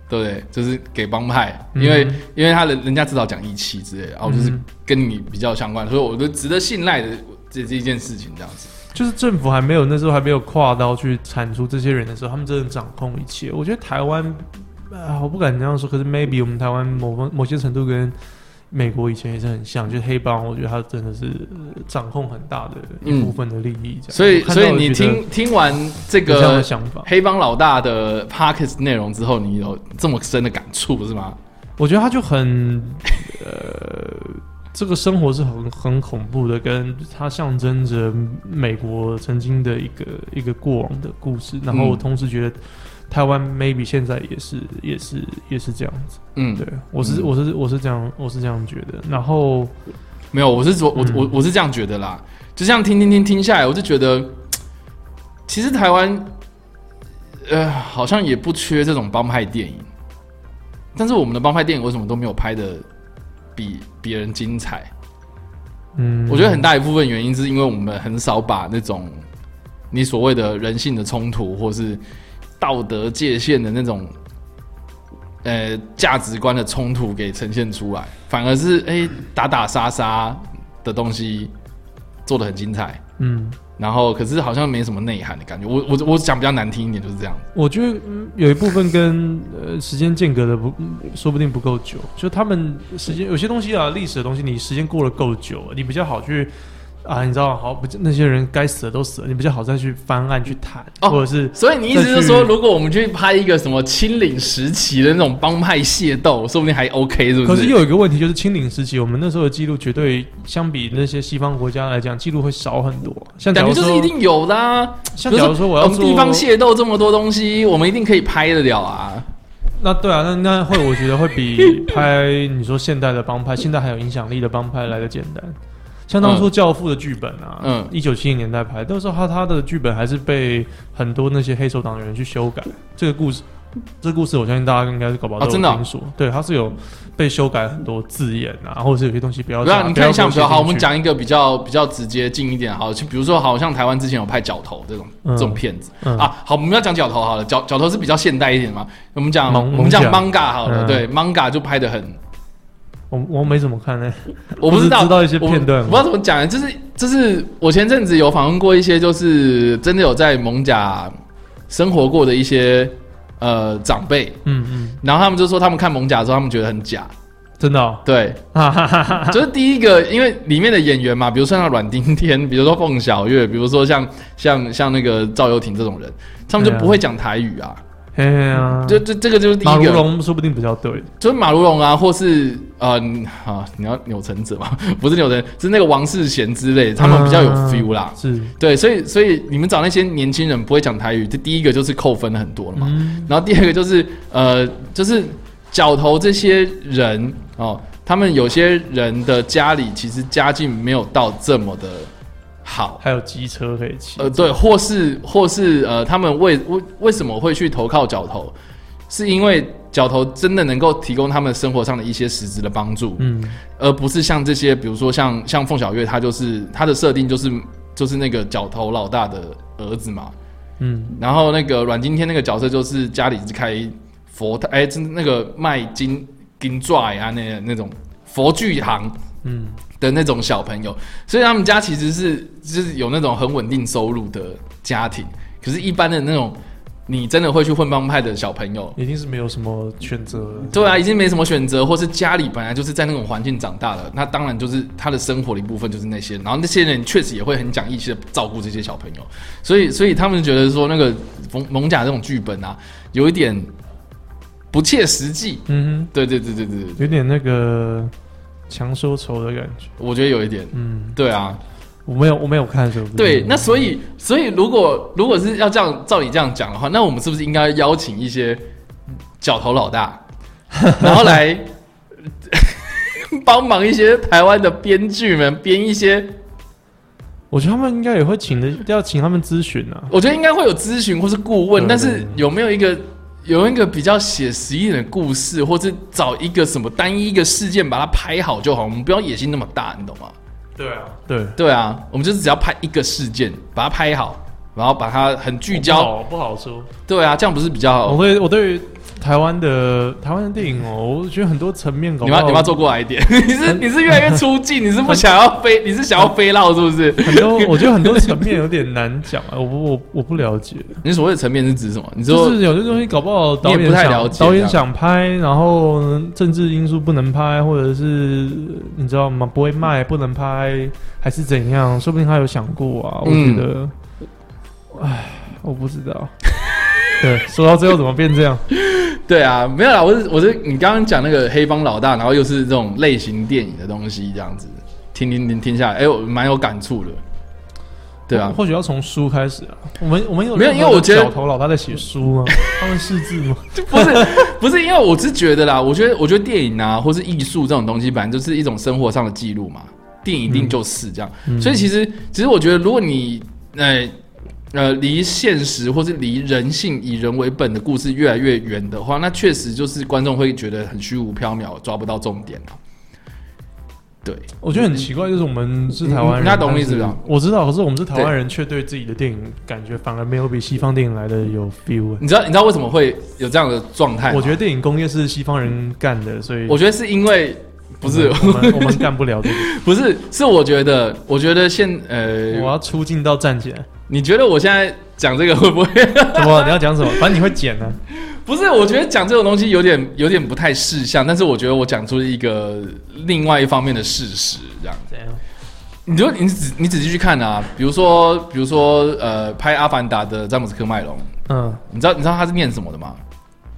对不对？就是给帮派，因为、
嗯
因为他人人家至少讲义气之类的，然后就是
嗯
跟你比较相关，所以我就值得信赖的这这一件事情这样子。
就是政府还没有那时候还没有跨到去铲除这些人的时候，他们真的掌控一切。我觉得台湾啊，我不敢这样说，可是 maybe 我们台湾某方某些程度跟美国以前也是很像，就是黑帮，我觉得他真的是呃掌控很大的一部分的利益这样。
嗯所以
我看到
所以你
我觉得
听听完这
有这样
个
的想法，
黑帮老大的 p o c k e t 内容之后，你有这么深的感触是吗？
我觉得他就很呃，这个生活是很很恐怖的，跟它象征着美国曾经的一个一个过往的故事。然后我
嗯
同时觉得台湾 maybe 现在也是也是也是这样子。
嗯，
对，我是
嗯
我是我是这样我是这样觉得。然后
没有，我是说，我
嗯
我我是这样觉得啦。就这样听听听听下来，我就觉得，其实台湾，呃，好像也不缺这种帮派电影，但是我们的帮派电影为什么都没有拍的比别人精彩？
嗯，
我觉得很大一部分原因是因为我们很少把那种你所谓的人性的冲突，或是道德界限的那种呃价值观的冲突给呈现出来，反而是哎、打打杀杀的东西做的很精彩。
嗯
然后可是好像没什么内涵的感觉。我我我讲比较难听一点就是这样子。
我觉得嗯有一部分跟呃时间间隔的不，嗯说不定不够久。就他们时间有些东西啊，历史的东西，你时间过得够久，你比较好去啊，你知道，好不那些人该死的都死了，你比较好再去翻案去谈，
哦
或者是
所以你意思就是说，
再去
如果我们去拍一个什么清领时期的那种帮派械斗，说不定还 OK，是不
可
是
是又有一个问题，就是清零时期，我们那时候的记录绝对相比那些西方国家来讲，记录会少很多。像假
感
如
觉就是
说，
一定有的、啊。
像假如说我要
我们
做
地方械斗这么多东西，我们一定可以拍得了啊。
那对啊，那那会我觉得会比拍你说现代的帮派，现在还有影响力的帮派来的简单。像当初《教父》的剧本啊，
嗯
一九七零年代拍，那时候他他的剧本还是被很多那些黑手党的人去修改。这个故事，这个故事我相信大家应该是搞不
哦
好都有
真的哦
听说，对，它是有被修改很多字眼啊，或者是有些东西不要
对
加。
啊，你
不要
看像
多
比
写
如好，我
进
们
去
讲一个比较比较直接近一点，好，就比如说好像台湾之前有拍角头这种、
嗯
这种片子、
嗯
啊。好，我们要讲角头好了，角角头是比较现代一点嘛。我们讲
蒙
我们讲
蒙
manga 好了，
嗯
对 manga 就拍的很，
我我没怎么看呢、
我不
我只
知道
知道一些片段
我我不知道怎么讲，就是就是我前阵子有访问过一些，就是真的有在蒙甲生活过的一些呃长辈，
嗯嗯，
然后他们就说他们看蒙甲的时候，他们觉得很假，
真的、哦，
对，
哈哈哈哈
就是第一个，因为里面的演员嘛，比如说像阮经天，比 如说凤小岳，比如说像像像那个赵又廷这种人，他们就
对啊
不会讲台语啊。
嘿呀，
就这这个就是第
啊马
一
如
个，
龙说不定比较对，
就是马如龙啊，或是呃嗯啊，你要钮承泽嘛， 不是钮承，是那个王世贤之类，他们比较有
嗯
feel 啦。
是，
对，所以所以你们找那些年轻人不会讲台语，这第一个就是扣分很多了嘛。
嗯
然后第二个就是呃，就是角头这些人哦，他们有些人的家里其实家境没有到这么的好，
还有机车可以骑，
呃，对，或是或是呃，他们为为为什么会去投靠角头，是因为角头真的能够提供他们生活上的一些实质的帮助，
嗯，
而不是像这些，比如说像像凤小岳，他就是他的设定就是就是那个角头老大的儿子嘛，
嗯
然后那个阮经天那个角色就是家里是开佛哎，真那个卖金金拽啊那那种佛具行
嗯
的那种小朋友，所以他们家其实是就是有那种很稳定收入的家庭，可是，一般的那种你真的会去混帮派的小朋友，
一定是没有什么选择的，
对啊，已经没什么选择，或是家里本来就是在那种环境长大的，那当然就是他的生活的一部分就是那些，然后那些人确实也会很讲义气的照顾这些小朋友，所以所 以他们觉得说那个蒙蒙甲这种剧本啊，有一点不切实际。
嗯
对对对对对，对
哼，有点那个强说愁的感觉，
我觉得有一点，
嗯，
对啊，
我没有我没有看，所以我不知道
对，那所以所以如果如果是要这样照你这样讲的话，那我们是不是应该邀请一些角头老 大，然后来 帮忙一些台湾的编剧们编一些？
我觉得他们应该也会请的，要请他们咨询啊，
我觉得应该会有咨询或是顾问，
对
但是有没有一个？有一个比较写实一点的故事，或是找一个什么单一一个事件把它拍好就好，我们不要野心那么大，你懂吗？
对啊，对，
对啊，我们就是只要拍一个事件，把它拍好，然后把它很聚焦。
不好不好说，
对啊，这样不是比较好？
我对我对于台湾的台湾的电影哦，我觉得很多层面搞
你
不
妈，
好
你妈坐过来一点。 你是
很
你是越来越出镜，你是不想要飞，你是想要飞绕是不是？
很多，我觉得很多层面有点难讲啊，我不我我不了解，
你所谓的层面是指什么？你说
就是有些东西搞不好导
你也
演
不太
想
了解啊
导
这
演
样
想拍，然后政治因素不能拍，或者是你知道吗？不会卖不能拍，还是怎样？说不定他有想过啊，我觉
嗯
得，唉，我不知道。 对，说到最后怎么变这样？
对啊，没有啦，我是我是你刚刚讲那个黑帮老大，然后又是这种类型电影的东西，这样子听听听听下来，哎、我蛮有感触的。对啊
或，或许要从书开始啊。我们我们有
没有
任何
因为我
的
觉得
角头老大在写 书吗？他们识字吗？
不是 不是，因为我是觉得啦，我觉得我觉得电影啊，或是艺术这种东西，本来就是一种生活上的记录嘛。电影一定就是这样，所以其实其实我觉得，如果你呃呃离现实或是离人性以人为本的故事越来越远的话，那确实就是观众会觉得很虚无缥缈，抓不到重点啊。对，
我觉得很奇怪，就是我们是台湾人，
你你嗯懂我
但
意思啊
是
吧
我知道，可是我们是台湾人，却对自己的电影感觉反而没有比西方电影来的有 feel 欸、
你知道你知道为什么会有这样的状态吗？
我觉得电影工业是西方人干的，所以
我觉得是因为不是
我们我们干不了这个，
不是，是我觉得，我觉得现呃，
我要啊出镜到站起来。
你觉得我现在讲这个会不会？
怎么？你要讲什么？反正你会剪啊呢。
不是，我觉得讲这种东西有点有点不太事项，但是我觉得我讲出了一个另外一方面的事实，这样。
怎样？
你就你仔你仔细去看啊，比如说比如说呃，拍《阿凡达》的詹姆斯科麦隆，
嗯，
你知道你知道他是念什么的吗？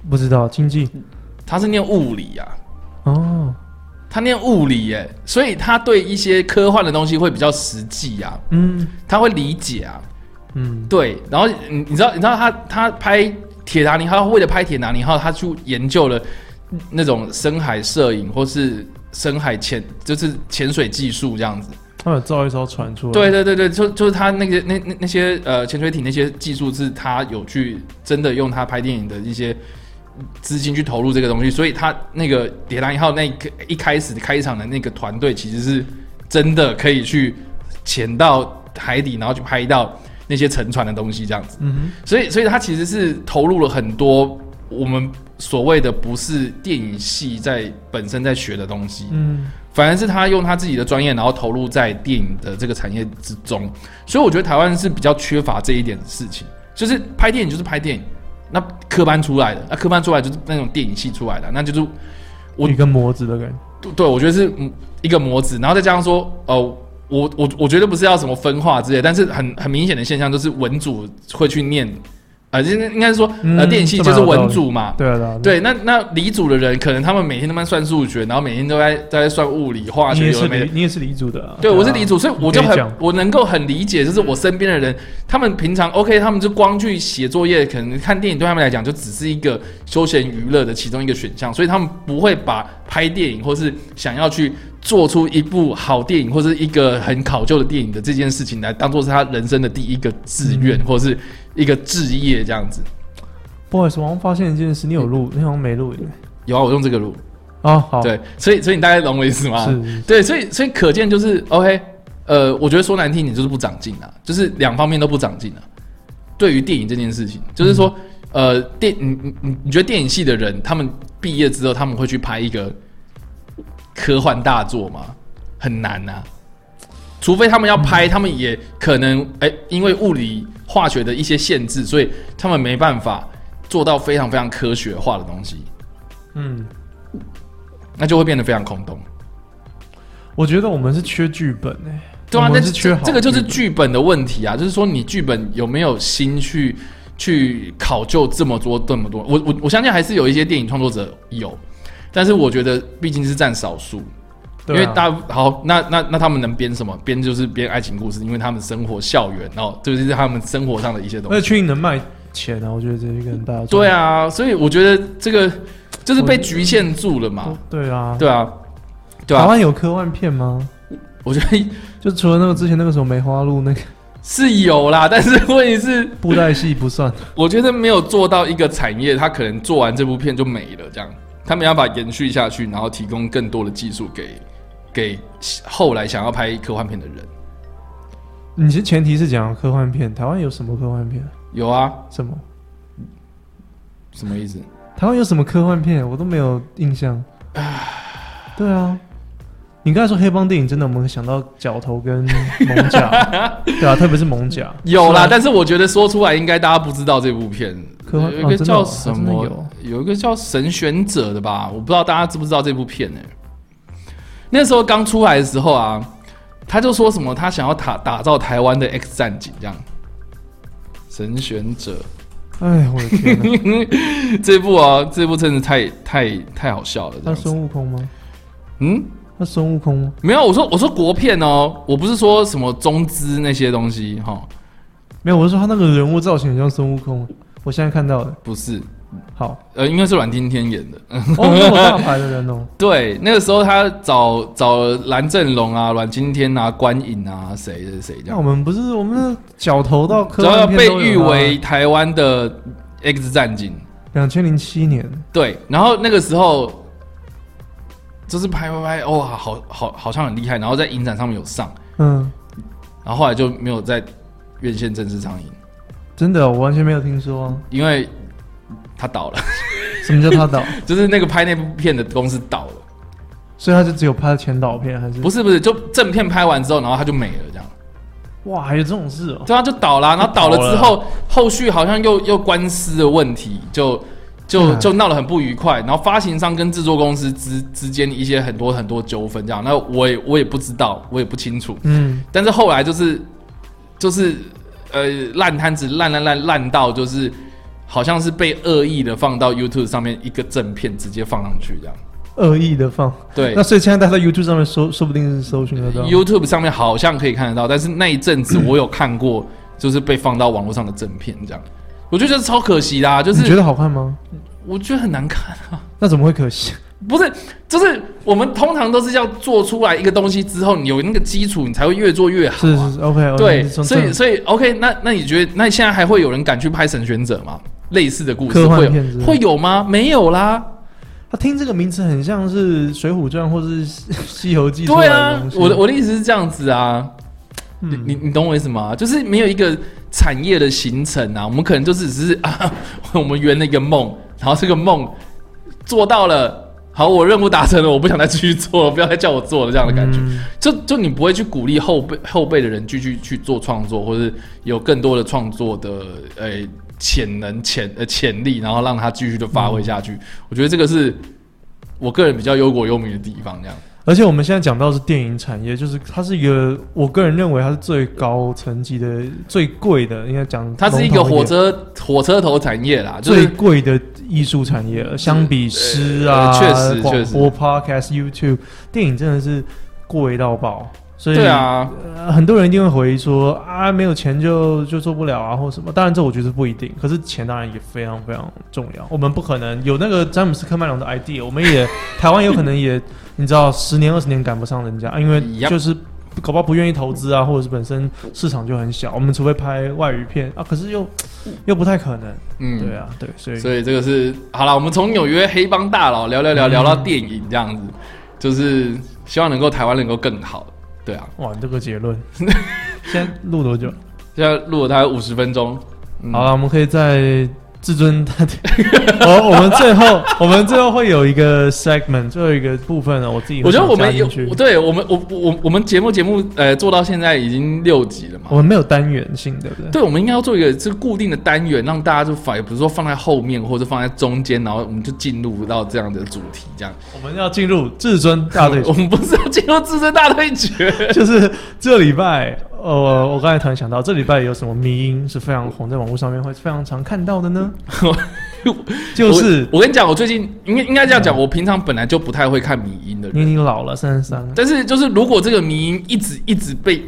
不知道经济
他是念物理啊，
哦，
他念物理耶、所以他对一些科幻的东西会比较实际啊，
嗯
他会理解啊，
嗯，
对，然后你你知道你知道他他拍《铁达尼号》，为了拍《铁达尼号》，他去研究了那种深海摄影或是深海潜，就是潜水技术这样子。
他们有造一艘船出来。
对，对对对，就就是他那个那那那些呃潜水艇那些技术，是他有去真的用他拍电影的一些资金去投入这个东西，所以他那个铁达尼号那一个一开始开场的那个团队，其实是真的可以去潜到海底，然后去拍到那些沉船的东西这样子。
嗯
所以，所以他其实是投入了很多我们所谓的不是电影系在本身在学的东西，
哼嗯，
反而是他用他自己的专业，然后投入在电影的这个产业之中。所以，我觉得台湾是比较缺乏这一点的事情，就是拍电影就是拍电影，那科班出来的，那科班出来就是那种电影系出来的，那就是我
一个模子的感觉。
对对，我觉得是嗯一个模子，然后再加上说，呃，我我我觉得不是要什么分化之类，但是很很明显的现象就是文组会去念，呃，应该应该是说，呃，
嗯
电系
这
就
蛮
是
有道
文
理
组嘛。
对啊对啊，
对，那那理组的人，可能他们每天都在算数学，然后每天都在在算物理、化
你
学，
也
有的
是
没的
理，你也是理组的啊。
对，
啊
我是理组，所以我就
你可
很
以讲
我能够很理解，就是我身边的人，他们平常 OK，他们就光去写作业，可能看电影对他们来讲就只是一个休闲娱乐的其中一个选项，所以他们不会把拍电影或是想要去做出一部好电影或是一个很考究的电影的这件事情来当做是他人生的第一个志愿、
嗯
或是一个志业这样子。
啊不好意思，我好像发现一件事，你有录，你好像没录影。
有啊，我用这个路，
哦，好，
嗯对，啊所以所以你大概懂我意思吗？
是，是
对，所以所以可见就是 OK，呃，我觉得说难听，你就是不长进啊，就是两方面都不长进啊。对于电影这件事情，就是说，呃，电你你你你觉得电影系的人，他们毕业之后他们会去拍一个科幻大作吗？很难啊，除非他们要拍，他们也可能哎、因为物理化学的一些限制，所以他们没办法做到非常非常科学化的东西，
嗯，
那就会变得非常空洞。
我觉得我们是缺剧本诶。
对啊，
我
那
们是缺好
这个就是
剧本
剧本的问题啊，就是说你剧本有没有心去去考究这么多这么多？我我我相信还是有一些电影创作者有，但是我觉得毕竟是占少数，因
对啊
为大好那那那他们能编什么？编就是编爱情故事，因为他们生活校园哦，这就是他们生活上的一些东
而且
西。
确定能卖钱啊，我觉得这是一个很大的。
对，啊，所以我觉得这个就是被局限住了嘛
哦，对啊，
对啊，对
台
啊，
湾有科幻片吗？
我觉得
就除了那个之前那个什么梅花鹿那 个
是有啦，但是问题是。
布袋戏不算，
我觉得没有做到一个产业，他可能做完这部片就没了，这样他没办法延续下去，然后提供更多的技术给给后来想要拍科幻片的人。
你其实前提是讲科幻片，台湾有什么科幻片？
有啊，
什么？
什么意思？
台湾有什么科幻片？我都没有印象。对啊，你刚才说黑帮电影，真的我们想到角头跟猛甲， 对啊，特别是猛甲
有啦，
是啊
但是我觉得说出来应该大家不知道这部片。
科幻
有一
哦
个
真的
叫
哦
什
真的
么？有一个叫《神选者》的吧，我不知道大家知不知道这部片呢、那时候刚出来的时候啊，他就说什么他想要打打造台湾的 X 战警这样。神选者，
哎，我的天哪、
这部啊，这部真的太太太好笑了。这
他
样子
孙悟空吗？
嗯，
他孙悟空吗？
没有，啊我说我说国片哦，我不是说什么中资那些东西哈、
没有，我是说他那个人物造型很像孙悟空。我现在看到的，
不是，
好，
呃，应该是阮经天演的。嗯
哦，那么大牌的人哦，
对，那个时候他找找了蓝正龙啊、阮经天啊、关颖啊，谁谁谁这
那我
样，
们不是我们的角头到科
然后
幻
被
片都有啊
誉
啦
为台湾的 X 战警。
两千零七年，
对，然后那个时候就是拍拍拍，哇、好好好像很厉害，然后在影展上面有上，
嗯，
然后后来就没有在院线正式上映。
真的，我完全没有 听说、啊，
因为他倒了，
什么叫他导？
就是那个拍那部片的公司倒了，
所以他就只有拍前导片还是？
不是不是，就正片拍完之后，然后他就没了这样。
哇，还有这种事哦、
对啊，就倒啦，然后倒了之后，后续好像又又官司的问题，就就
嗯
就闹得很不愉快。然后发行商跟制作公司之之间一些很多很多纠纷，这样。那我也我也不知道，我也不清楚。
嗯，
但是后来就是就是呃烂摊子烂烂烂烂到就是好像是被恶意的放到 YouTube 上面一个正片直接放上去这样。
恶意的放。
对
那所以现在大家在 YouTube 上面搜，说不定是搜寻得到。
YouTube 上面好像可以看得到，但是那一阵 子我有看过，就是被放到网络上的正片这样。我觉得这超可惜啦、就
你觉
是
得好看吗？
我觉得很难看啊。
那怎么会 可惜？
不是，就是我们通常都是要做出来一个东西之后，你有那个基础，你才会越做越好、
是是
啊。
是，OK，
对，所以所以 OK，那那你觉得那现在还会有人敢去拍《神选者》吗？类似的故事
科幻
会有
片之类的
会有吗？没有啦。
他听这个名字很像是《水浒传》或是西《西游记》出
对
来的
啊
东，西。
我的我的意思是这样子啊。你
嗯
你你懂我意思吗？就是没有一个产业的形成啊，我们可能就是只是 啊，我们圆了一个梦，然后这个梦做到了，好，我任务达成了，我不想再继续做了，不要再叫我做了这样的感觉。
嗯
就就你不会去鼓励后辈后辈的人继续去做创作，或是有更多的创作的呃潜能潜呃潜力，然后让他继续的发挥下
嗯
去。我觉得这个是我个人比较忧国忧民的地方，这样。
而且我们现在讲到的是电影产业，就是它是一个，我个人认为它是最高层级的、最贵的，应该讲
它是一个
笼统
火
点
车火车头产业啦，就
最
是
贵的艺术产业了。相比诗啊，
呃确实
广
确实
播、podcast、YouTube、电影真的是贵到爆，所以
对啊，
呃很多人一定会回忆说啊，没有钱就就做不了啊，或什么。当然，这我觉得不一定。可是钱当然也非常非常重要。我们不可能有那个詹姆斯科曼龙的 idea，我们也台湾有可能也你知道，十年二十年赶不上人家，因为
Yup
就是。搞不好不愿意投资啊，或者是本身市场就很小，我们除非拍外语片啊，可是又又不太可能，
嗯，
对啊，对，所以
所以这个是好了，我们从纽约黑帮大佬聊聊
嗯
聊聊到电影这样子，就是希望能够台湾能够更好，对啊，
哇，你这个结论， 现在录多久？
现在录了大概五十分钟，嗯
好了，我啊们可以在至尊大帝， 我我们最后我们最后会有一个 segment，最后一个部分呢，我自己
我
会
觉得我
想加
们有
进去，
对我们我我我们节目节目呃做到现在已经六集了嘛。
我们没有单元性，对不对？
对，我们应该要做一个是固定的单元，让大家就反，比如说放在后面或者放在中间，然后我们就进入到这样的主题，这样。
我们要进入至尊大队
我，们不是要进入自身大对决，
就是这礼拜，呃，我刚才突然想到，这礼拜有什么迷音是非常红，在网络上面会非常常看到 的呢？就是
我我跟你讲，我最近应该应该这样讲，我平常本来就不太会看迷音的
你已
人，
经老了，三十三了，
但是就是如果这个迷音一直一直被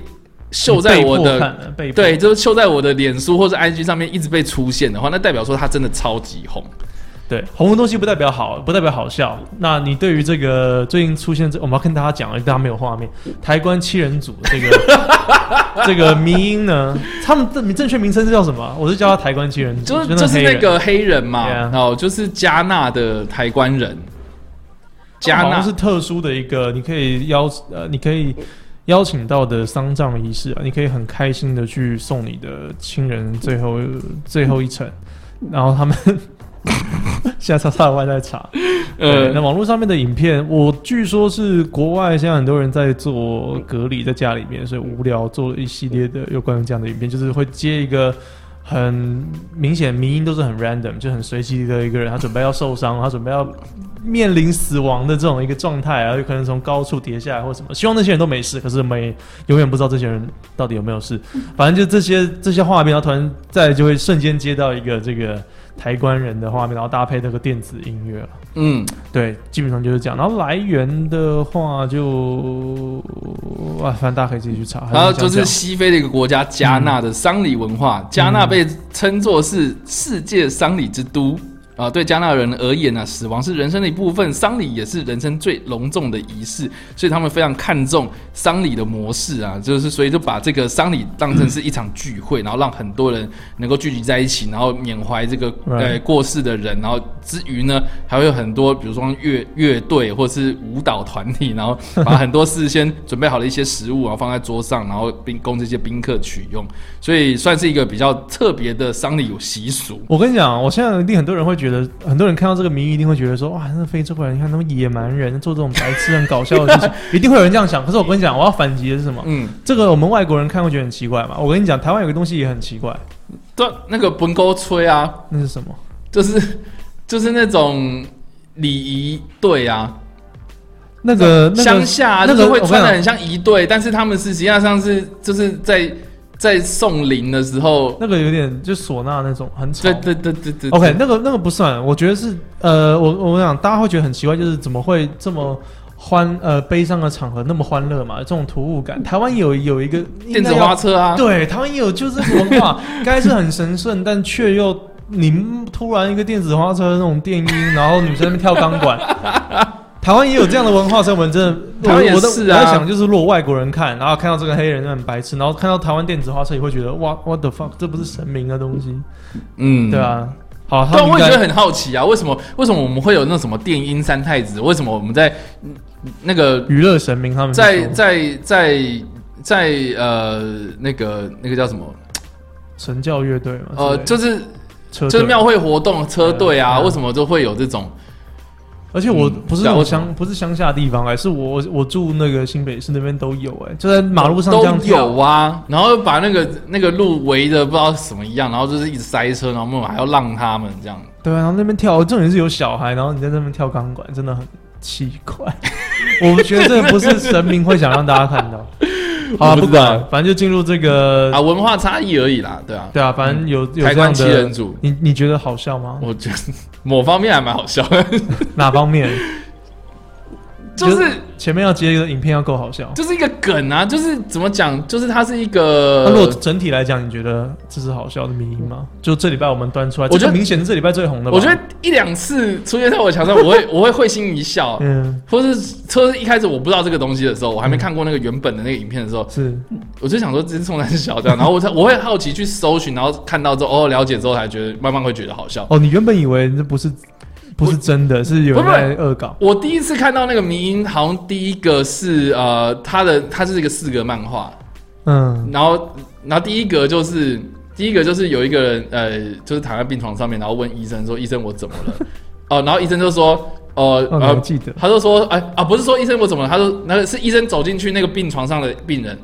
秀在我
被迫看
的。
了被迫
对，就是秀在我的脸书或者 IG 上面一直被出现的话，那代表说它真的超级红。
对，红的东西不代表好，不代表好笑。那你对于这个最近出现这，我们要跟大家讲，因为大家没有画面，台湾七人组这个这个 迷音呢，他们正正确名称是叫什么？我是叫他台湾七人组，
就是
真的
就是
黑
那
人
个黑人嘛，
对啊
然后就是加纳的台湾人，加
好
纳
像是特殊的一个，你可以邀呃，你可以邀请到的丧葬仪式啊，你可以很开心的去送你的亲人最后最后一程，然后他们 现在查查外在查。呃，那
呃，
网络上面的影片，我据说是国外现在很多人在做隔离，在家里面，所以无聊做了一系列的有关于这样的影片，就是会接一个很明显迷因都是很 random，就很随机的一个人，他准备要受伤，他准备要面临死亡的这种一个状态，然啊后有可能从高处跌下来或什么。希望那些人都没事，可是我们也永远不知道这些人到底有没有事。反正就这些这些画面，然后突然再就会瞬间接到一个这个抬棺人的画面，然后搭配那个电子音乐了。
嗯，
对，基本上就是这样。然后来源的话就，啊，反正大家可以自己去查。
然后
还
就是是
你想
西非的一个国家加纳的丧礼文化，加纳被称作是世界丧礼之都。啊，对加纳人而言呢、啊，死亡是人生的一部分，丧礼也是人生最隆重的仪式，所以他们非常看重丧礼的模式啊，就是所以就把这个丧礼当成是一场聚会，然后让很多人能够聚集在一起，然后缅怀这个
Right
呃过世的人，然后之余呢，还会有很多比如说乐乐队或是舞蹈团体，然后把很多事先准备好的一些食物，然后放在桌上，然后宾供这些宾客取用，所以算是一个比较特别的丧礼有习俗。
我跟你讲，我现在一定很多人会觉得，很多人看到这个谜语一定会觉得说，哇，那非洲人，你看他们野蛮人做这种白痴、很搞笑的事情，一定会有人这样想。可是我跟你讲，我要反击的是什么？
嗯，
这个我们外国人看会觉得很奇怪嘛。我跟你讲，台湾有个东西也很奇怪，
对，那个本沟吹啊，
那是什么？
就是就是那种礼仪队啊，
那个那
乡
个
下、啊、
那
就是
个
会
我跟
穿
你
的
讲
很像一队，但是他们是实际上是就是在在送灵的时候，
那个有点就唢呐那种，很吵
对。对对对对
OK，那个那个不算，我觉得是呃，我我想大家会觉得很奇怪，就是怎么会这么欢呃悲伤的场合那么欢乐嘛？这种突兀感，台湾有有一个
嗯电子花、车啊，
应该要对，台湾也有就是这个文化，该是很神圣，但却又你突然一个电子花车那种电音，然后女生在那边跳钢 管。台湾也有这样的文化，所以我们真的，
台
我
湾也
我都
是啊
我在想，就是如果外国人看，然后看到这个黑人很白痴，然后看到台湾电子花车，也会觉得哇，what the fuck，这不是神明的东西，
嗯，
对。啊。好，他
对啊，
们
我
应
也
该
觉得很好奇啊，为什么为什么我们会有那什么电音三太子？为什么我们在嗯那个
娱乐神明他们是
在
说
在在在呃那个那个叫什么？
神教乐队嘛，
呃，
之类的
就是
车队
就是庙，会活动车队啊，
嗯
为什么就会有这种？
而且我
嗯
不是
对啊
我
为什么
乡不是乡下地方哎、是我我住那个新北市那边都有哎、就在马路上这样
都
跳
有啊，然后把那个那个路围的不知道什么一样，然后就是一直塞车，然后我们还要让他们这样。
对啊，然后那边跳，重点是有小孩，然后你在那边跳钢管，真的很奇 怪。我觉得这不是神明会想让大家看 到。好、啊，
我不
不
知道
管，反正就进入这个
啊，文化差异而已啦，对啊。
对啊，反正有、有
台
这
湾
样
七人
的。
组，
你你觉得好笑吗？
我觉得某方面还蛮好笑 的，
哪方面？
就是
前面要接的影片要够好笑。
就是一个梗啊，就是怎么讲，就是它是一个
那如果整体来讲，你觉得这是好笑的迷因吗？就这礼拜我们端出来，
我觉得
这个明显是这礼拜最红的吧。
我觉得，一两次出现在我墙上，我会我会会心一笑，
嗯，
或是车一开始我不知道这个东西的时候，我还没看过那个原本的那个影片的时候，
是
我就想说这是宋丹小这样，然后我才我会好奇去搜寻，然后看到之后哦了解之后才觉得慢慢会觉得好笑。
哦，你原本以为这不是不是真的，是有人
不是
在恶搞。
我第一次看到那个迷音，好像第一个是呃，它的它是一个四格漫画，
嗯，
然后然后第一格就是第一个就是有一个人呃，就是躺在病床上面，然后问医生说：“医生，我怎么了？”哦，然后医生就说：“哦
哦，我
呃，
记得，
他就说，哎啊，不是说医生我怎么了，他说那个是医生走进去那个病床上的病人，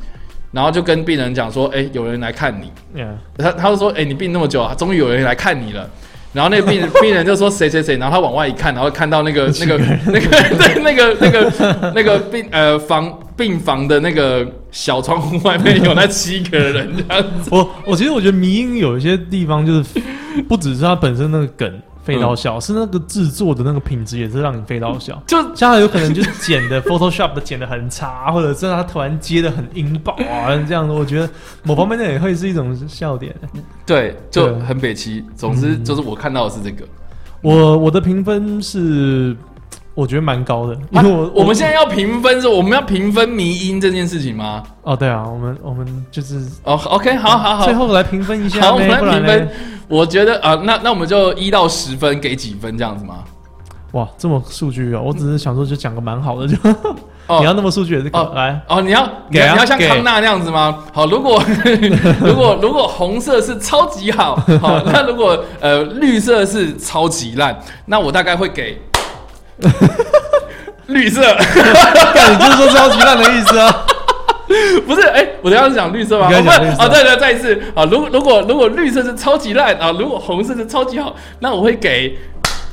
然后就跟病人讲说，哎、有人来看你，
Yeah
他他就说，哎、你病那么久，终于有人来看你了。然后那个病 人病人就说谁谁谁，然后他往外一看，然后看到那 个那个那个对那个 那个那个病呃房病房的那个小窗户外面有那七个人这样子，
我我其实我觉得迷因有一些地方就是不只是它本身那个梗飞到笑，是那个制作的那个品质也是让你飞到笑。
嗯 就
像它有可能就是剪的 Photoshop 的剪的很差，或者是它突然接的很音爆啊这样的，我觉得某方面那也会是一种笑点。
对就
对
很北齐。总之
嗯
就是我看到的是这个，
我我的评分是，我觉得蛮高的，因为我、
啊我们现在要评分是我们要评分迷音这件事情吗？
哦对啊，我们我们就是
哦、o k 好好好，
嗯最后来评分一下
好，我
呗，
们来
不然
评
嘞
分。我觉得啊、呃那那我们就一到十分给几分这样子吗？
哇，这么数据哦，我只是想说就讲个蛮好的，就、
哦
你要那么数据也是可
哦
来。
哦，你要你
给啊
要你要像
给
康纳那样子吗？好，如果 如果如果红色是超级好， 好，那如果呃绿色是超级烂，那我大概会 给绿色，
干，你就是说超级烂的意思啊？
不是哎、我刚刚讲绿色吗？
你
哦
刚
不
刚讲绿色
哦，对对，再一次啊，如果如果如果绿色是超级烂啊，如果红色是超级好，那我会给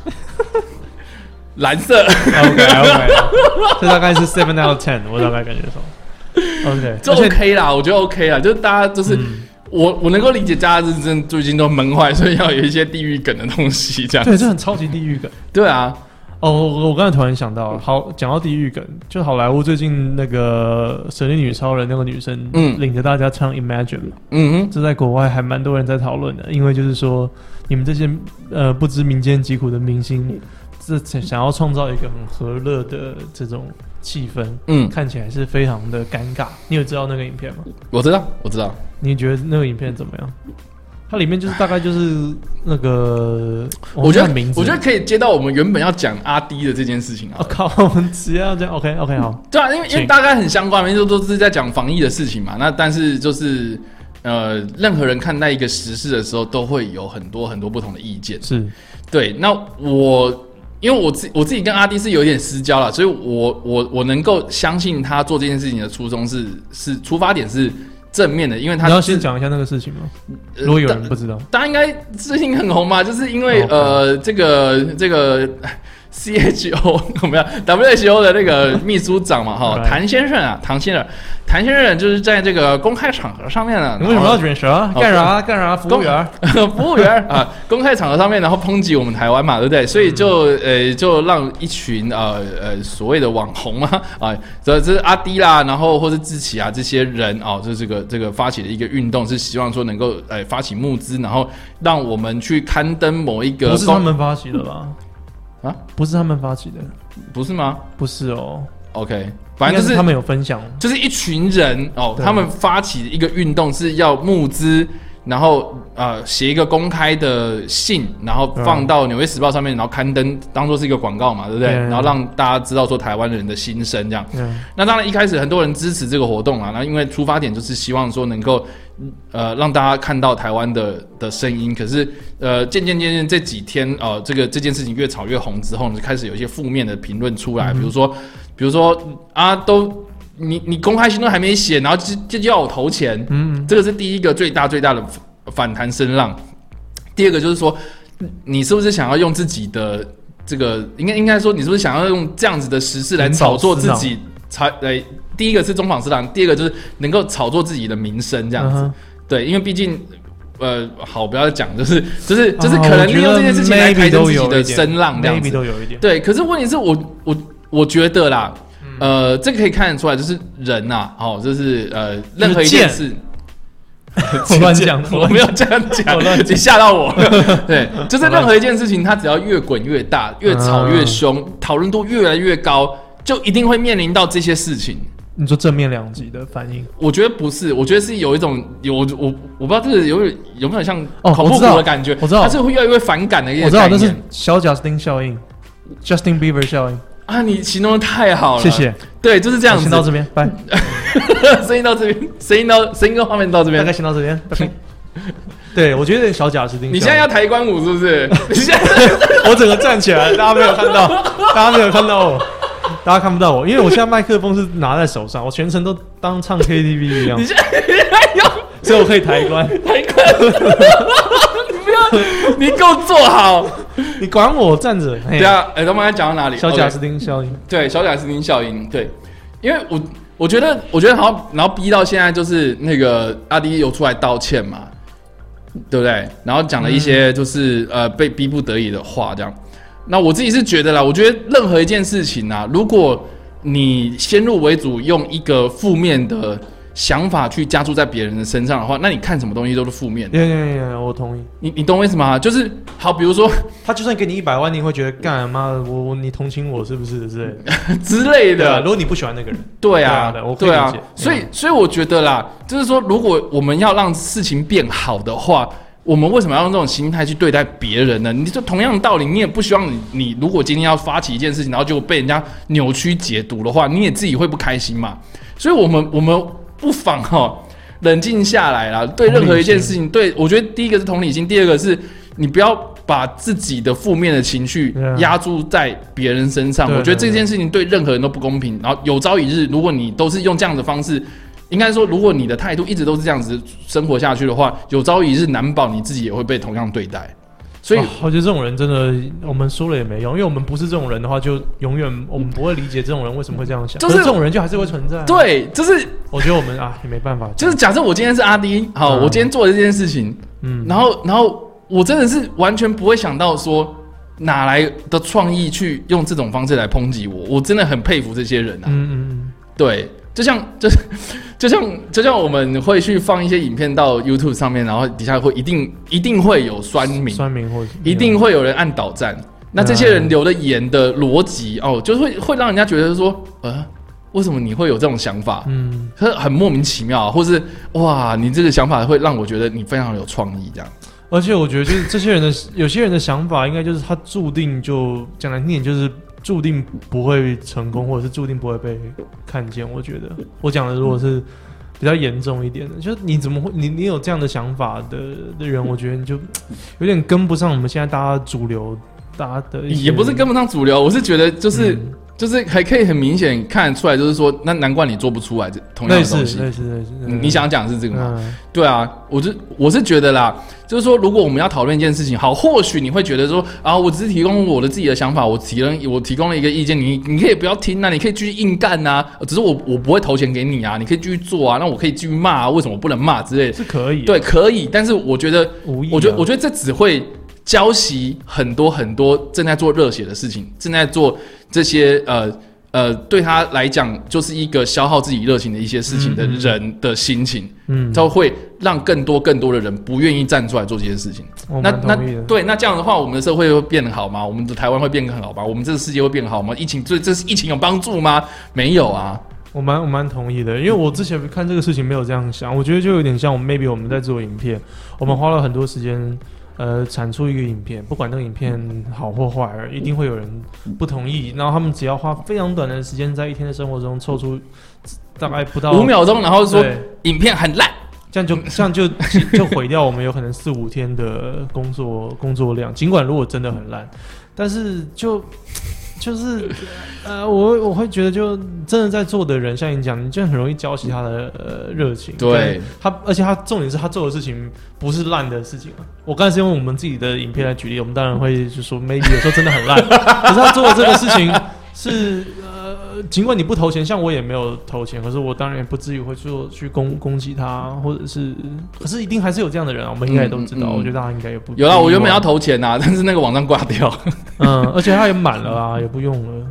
蓝色。
OK OK，这大概是 seven out of ten，我大概感觉说 OK，
这
而且嗯
OK 啦，我觉得 OK 啦，就是大家就是、我我能够理解大家是真的最近都闷坏，所以要有一些地域梗的东西这样。
对，这很超级地狱梗。
对啊，
哦，我我刚才突然想
嗯
到，好，讲到地狱梗，就好莱坞最近那个《神力女超人》那个女生，
嗯
领着大家唱 Imagine 嘛，
嗯
这在国外还蛮多人在讨论的，因为就是说，你们这些呃不知民间疾苦的明星，这想要创造一个很和乐的这种气氛，
嗯，
看起来是非常的尴尬。你有知道那个影片吗？
我知道，我知道，
你觉得那个影片怎么样？它里面就是大概就是那个，
我觉
忘记它
得
名字，
我觉得可以接到我们原本要讲阿 D 的这件事情
我、
啊。
靠， 我们直接要这样，OK OK 好，
对啊，因为因为
请
大概很相关，因为都都是在讲防疫的事情嘛。那但是就是呃，任何人看待一个时事的时候，都会有很多很多不同的意见。
是
对，那我因为我自我自己跟阿弟是有点私交了，所以我我我能够相信他做这件事情的初衷是是出发点是正面的，因为他
你要
是
先讲一下那个事情吗？
呃
如果有
大
人不知道，
大家应该最近很红嘛，就是因为、
哦
呃，这个这个 CHO 怎么样？WHO 的那个秘书长嘛， 哈，
Right
谭先生啊，唐先生，谭先生就是在这个公开场合上面啊呢，
你为什么要卷舌？
好
干啥啊干啥？服 务员，
服务员啊，公开场合上面，然后抨击我们台湾嘛，对不
嗯
对？所以就呃，就让一群呃呃所谓的网红嘛，啊， 这这是阿迪啦，然后或是志奇啊这些人哦，这这个这个发起的一个运动，是希望说能够呃发起募资，然后让我们去刊登某一个
不是他们发起的吧？
啊，
不是他们发起的，
不是吗
不是哦，
？OK，反正
应该
就是
他们有分享，
就是一群人哦，
对
他们发起一个运动是要募资，然后呃写一个公开的信，然后放到《纽约时报》上面，然后刊登，当做是一个广告嘛，对不对？
嗯
然后让大家知道说台湾人的心声这样。
嗯，
那当然一开始很多人支持这个活动啊，那因为出发点就是希望说能够呃让大家看到台湾的的声音。可是呃渐渐渐渐这几天呃这个这件事情越炒越红之后呢，就开始有一些负面的评论出来，比如说比如说啊都。你你公开行动还没写，然后就就就要我投钱，嗯，这个是第一个最大最大的反弹声浪。第二个就是说，你是不是想要用自己的这个，应该应该说，你是不是想要用这样子的时事来炒作自己？才来第一个是中纺市场，第二个就是能够炒作自己的名声这样子。
嗯哼
对，因为毕竟。呃，好，不要讲，就是就是
啊
就是，可能利用这件事情来抬升自己的声浪这样
，maybe
子。
都有一点，
对，可是问题是我我我觉得啦，
嗯
呃，这个可以看得出来，就是人呐、哦，就是呃，任何一件
就是贱
事，
我乱讲，
我没有这样讲，
我乱讲
你吓到 我。对，就是任何一件事情，它只要越滚越大，
嗯
越吵越凶，讨论度越来越高，就一定会面临到这些事情。
你说正面两极的反应，
我觉得不是，我觉得是有一种有我我我不知道这个有有没有像
哦
恐怖
我
谷
知道
的感觉，
我知道
它是会越来越反感的一
我
个
知道
概
那是
念
小贾斯汀效应，Justin Bieber 效应，
啊！你形容的太好了，
谢谢。。
对，就是这样
好
子
先。到这边，拜，
声音到这边，声音到声音跟画面到这
大
边
概。先到这边，拜拜。对，我觉得小贾斯汀效应，
你现在要抬棺舞是不是？ 你现在
我整个站起来，大家没有看到，大家没有看到我，大家看不到我，因为我现在麦克风是拿在手上，我全程都当唱 KTV 一样
你，现在 要
所以我可以抬棺。
抬棺舞，你不要，你给我坐好。
你管我站着？ 对
对，啊，哎，咱们刚才讲到哪里？
小贾
OK
斯汀效应。
对，小贾斯汀效应，对，因为我我觉得，我觉得好像，然后逼到现在就是那个阿迪有出来道歉嘛，对不对？然后讲了一些
嗯
就是、呃被逼不得已的话，这样。那我自己是觉得啦，我觉得任何一件事情啊，如果你先入为主，用一个负面的想法去加注在别人的身上的话，那你看什么东西都是负面的。
有有有有，我同意。
你你懂我意思吗？就是好，比如说
他就算给你一百万，你会觉得干妈的，我我你同情我是不是之类的？啊
之类的，
如果你不喜欢那个人，
对啊
对啊对我，可以
对啊
理解，
所以所以我觉得啦，就是说，如果我们要让事情变好的话，我们为什么要用这种心态去对待别人呢？你就同样的道理，你也不希望你你如果今天要发起一件事情，然后就被人家扭曲解读的话，你也自己会不开心嘛。所以我们我们不妨哈、冷静下来啦，
嗯
对任何一件事情，对我觉得第一个是同理心，第二个是你不要把自己的负面的情绪
对啊
压注在别人身上。
对
我觉得
对
这件事情对任何人都不公平。然后有朝一日，如果你都是用这样的方式，应该说，如果你的态度一直都是这样子生活下去的话，有朝一日难保你自己也会被同样对待。所以
哦我觉得这种人真的，我们说了也没用，因为我们不是这种人的话，就永远我们不会理解这种人为什么会这样想。
就
就是是这种人就还是会存在。，啊
对，就是
我觉得我们啊也没办法，
就是，假设我今天是阿迪，好，
嗯
我今天做了这件事情，
嗯，
然后，然后我真的是完全不会想到说哪来的创意去用这种方式来抨击我，我真的很佩服这些人啊。
嗯嗯
对，就像就是 就像就像我们会去放一些影片到 YouTube 上面，然后底下会一定一定会有酸
嗯，
民，
酸民或者
一定会有人按倒赞。那这些人留的言的逻辑
嗯
哦，就是会会让人家觉得说，呃，为什么你会有这种想法？
嗯，
可是很莫名其妙啊，或是哇，你这个想法会让我觉得你非常有创意，这样。
而且我觉得就是这些人的有些人的想法，应该就是他注定就讲难听点，就是注定不会成功，或者是注定不会被看见。我觉得我讲的如果是比较严重一点的，就是你怎么会你你有这样的想法的的人，我觉得你就有点跟不上我们现在大家主流，大家的一些
也不是跟不上主流，我是觉得就是、
嗯
就是还可以很明显看得出来，就是说那难怪你做不出来这同样
类
的
似
东西。
类似类似，
你你想讲的是这个吗？
嗯
对啊，我是我是觉得啦，就是说，如果我们要讨论一件事情，好，或许你会觉得说啊，我只是提供我的自己的想法，我提了我提供了一个意见，你你可以不要听啊，你可以继续硬干呐、啊，只是我我不会投钱给你啊，你可以继续做啊，那我可以继续骂啊，为什么不能骂之类的？
是可以，
对，，可以，但是我觉得，
无意啊
我觉得我觉得这只会浇熄很多很多正在做热血的事情，正在做这些呃呃，对他来讲就是一个消耗自己热情的一些事情的人的心情。
嗯，
都会让更多更多的人不愿意站出来做这些事情。
我
那
蛮
那
同意的，
对，那这样的话，我们的社会会变好吗？我们的台湾会变更好吗？我们这个世界会变好吗？疫情这这是疫情有帮助吗？没有啊。
我蛮我蛮同意的，因为我之前看这个事情没有这样想，我觉得就有点像我们 maybe 我们在做影片，我们花了很多时间，呃，产出一个影片，不管那个影片好或坏，
嗯
一定会有人不同意，然后他们只要花非常短的时间，在一天的生活中凑出大概不到
五，秒钟，然后说
对，
影片很烂，
这样就这样就就毁掉我们有可能四五天的工作工作量，尽管如果真的很烂，但是就就是呃，我我会觉得就真的在做的人，像你讲，你就很容易浇熄他的呃热情。
对
他，而且他重点是他做的事情不是烂的事情啊。我刚才是用我们自己的影片来举例，我们当然会就说 maybe 有时候真的很烂，可是他做的这个事情是呃，尽管你不投钱，像我也没有投钱，可是我当然也不至于会做去攻攻击他，或者是，可是一定还是有这样的人啊，我们应该也都知道，
嗯嗯嗯
我觉得大家应该也不
有啦，
不意
我原本
外
要投钱呐、啊但是那个网站挂掉，
嗯，而且他也满了啊，也不用了。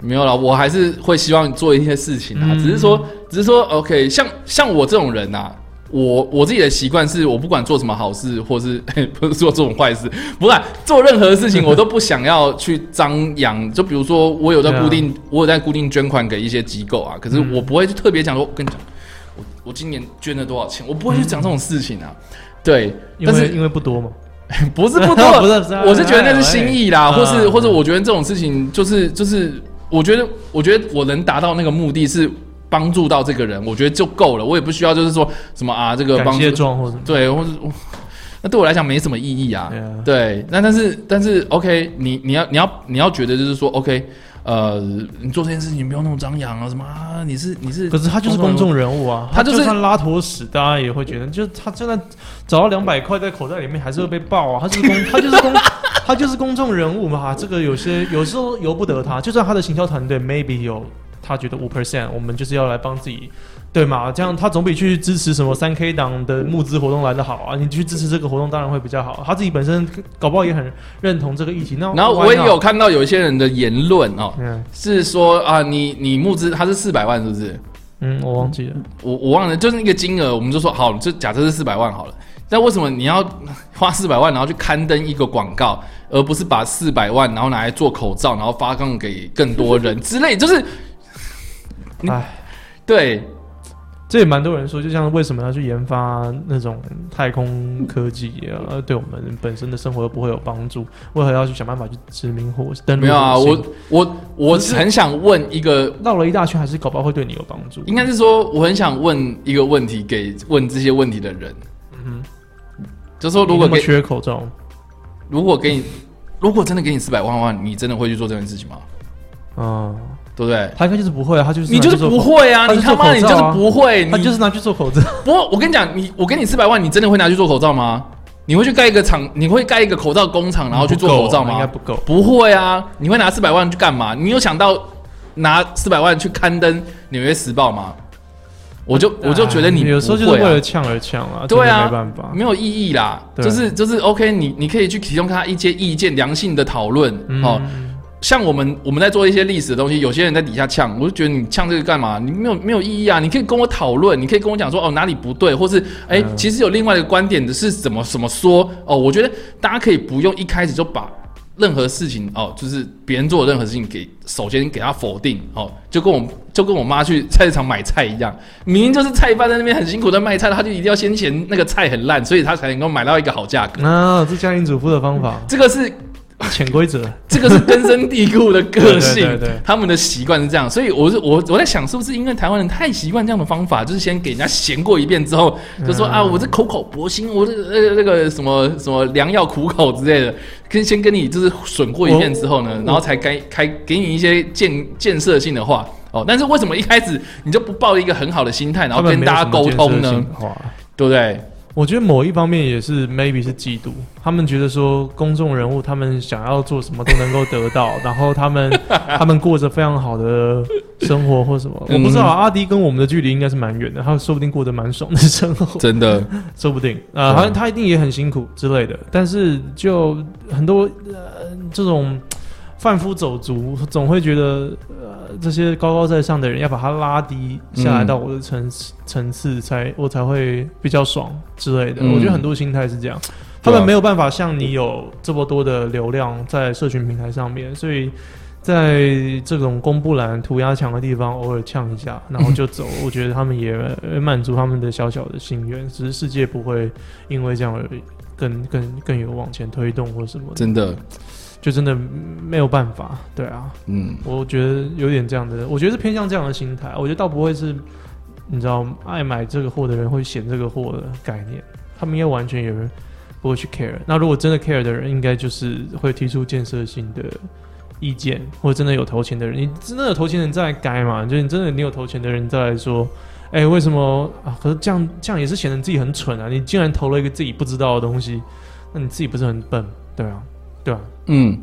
没有啦，我还是会希望做一些事情啊，
嗯
只是说，只是说，OK，像像我这种人呐、啊我我自己的习惯是我不管做什么好事，或是、 不是做这种坏事，不管做任何事情，我都不想要去张扬。就比如说，我有在
对啊
固定，我有在固定捐款给一些机构啊，可是
嗯
我不会去特别讲说，我跟你讲，我我今年捐了多少钱，我不会去讲这种事情啊。对，
因
但
为
是
因为不多嘛，
不是不多，
不是不是
我是觉得那是心意啦，
哎
或是
嗯
或者我觉得这种事情就是就是，我觉得我觉得我能达到那个目的是帮助到这个人，我觉得就够了，我也不需要就是说什么啊这个
感
帮
谢
助，
状或者什么。
对，或者我 那对我来讲没什么意义啊
对啊，
对，那但是但是 OK，你你要你要你要觉得就是说 OK，呃，你做这件事情不用那么张扬啊，什么啊，你是你是，
可是他就是公众人物 啊，
他就是
就算拉坨屎，大家也会觉得，就是他真的找到两百块在口袋里面，还是会被爆啊。他就是公，他就是公， 他就是公众人物嘛。这个有些有时候由不得他，就算他的行销团队 maybe 有他觉得五 percent，我们就是要来帮自己。对嘛？这样他总比去支持什么三 K 党的募资活动来的好啊！你去支持这个活动当然会比较好。他自己本身搞不好也很认同这个议题。那
然后
why
我也
not？
有看到有一些人的言论哦，
嗯
是说啊，你你募资他是四百万是不是？
嗯，我忘记了。
我我忘了，就是那个金额，我们就说好，就假设是四百万好了。但为什么你要 花四百万，然后去刊登一个广告，而不是把四百万然后拿来做口罩，然后发放给更多人之类？ 就是
唉。
对，
这也蛮多人说，就像为什么要去研发那种太空科技啊，呃对我们本身的生活不会有帮助，为何要去想办法去殖民火星？登陆
没有啊，
火
我
星
我我很想问一个，
绕了一大圈，还是搞不好会对你有帮助。
应该是说我很想问一个问题给问这些问题的人，
嗯
就说
哼，
如果
你那么
给
缺口罩，
如果给你，如果真的给你四百万的话，你真的会去做这件事情吗？
嗯，
对不对？
他应该就是不会，他就是
你就是
拿去做
不
口，
会啊！
他
你
就
他
做
妈的你
口
就是
罩啊
不会，
他
你
就是拿去做口罩。
不过我跟你讲，你我给你四百万，你真的会拿去做口罩吗？你会去盖一个厂，你会盖一个口罩工厂，然后去做口罩吗？
哦应该不够。
不会啊！你会拿四百万去干嘛？你有想到拿四百万去刊登《纽约时报》吗？我就我就觉得你、
哎
不
有时候就是
会
为
啊
了呛而呛啊，
对
真的
啊，
没办法。
没有意义啦。
对
就是就是 OK，你你可以去提供他一些意见，良性的讨论、
嗯
哦。像我们我们在做一些历史的东西，有些人在底下呛，我就觉得你呛这个干嘛？你没有没有意义啊！你可以跟我讨论，你可以跟我讲说哦哪里不对，或是哎、
嗯
其实有另外一个观点的是怎么怎么说哦。我觉得大家可以不用一开始就把任何事情哦，就是别人做的任何事情给首先给他否定哦，就跟我就跟我妈去菜市场买菜一样，明明就是菜贩在那边很辛苦的卖菜，他就一定要先
哦
嫌那个菜很烂，所以他才能够买到一个好价格。
啊，这家庭主妇的方法，
这个是
潜规 则，
这个是根深蒂固的个性，
对对对
他们的习惯是这样，所以我是我我在想，是不是因为台湾人太习惯这样的方法，就是先给人家咸过一遍之后，就
嗯
说、啊，我这口口薄心，我这个呃那个什么什么良药苦口之类的，跟先跟你就是损过一遍之后呢，然后才该开给你一些建建设性的话。哦，但是为什么一开始你就不抱一个很好的心态，然后
他们
跟
没有
大家
什么
沟
建设
通呢
性？的话
对不对？
我觉得某一方面也是，maybe 是嫉妒。他们觉得说公众人物，他们想要做什么都能够得到，然后他们他们过着非常好的生活或什么。我不知道、啊
嗯
阿迪跟我们的距离应该是蛮远的，他说不定过得蛮爽的生活，
真的，
说不定啊，
对
好像他一定也很辛苦之类的。但是就很多呃这种贩夫走卒，总会觉得呃这些高高在上的人要把他拉低下来
嗯
到我的层次、层次才我才会比较爽之类的。
嗯
我觉得很多心态是这样，他
对啊
们没有办法像你有这么多的流量在社群平台上面，所以。在这种公布栏涂鸦墙的地方，偶尔呛一下，然后就走。我觉得他们也也满足他们的小小的心愿，只是世界不会因为这样而更更更有往前推动或什么的，
真的，
就真的没有办法。对啊，
嗯，
我觉得有点这样的，我觉得是偏向这样的心态。我觉得倒不会是，你知道，爱买这个货的人会嫌这个货的概念，他们应该完全也不会去 care。那如果真的 care 的人，应该就是会提出建设性的意见，或者真的有投钱的人，你真的有投钱的人再来改嘛？就是你真的你有投钱的人再来说。哎、为什么啊？可是这样这样也是显得你自己很蠢啊！你竟然投了一个自己不知道的东西，那你自己不是很笨？对啊，对啊
嗯，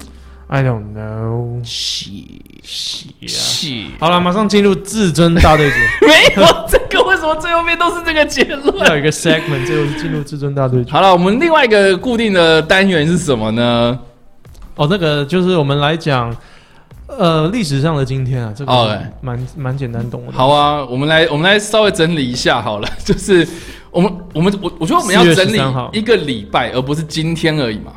，I don't know。
喜
是
喜，
好了，马上进入至尊大对决，
没有这个，为什么最后面都是这个结论
要？有一个 segment，最后是进入至尊大对决。
好了，我们另外一个固定的单元是什么呢？
哦，那个就是我们来讲，呃，历史上的今天啊，这
哦
个
哎
蛮蛮简单懂的。
好啊，我们来我们来稍微整理一下好了， 就是我们我们我我觉得我们要
4月
整
13号
理一个礼拜，而不是今天而已嘛。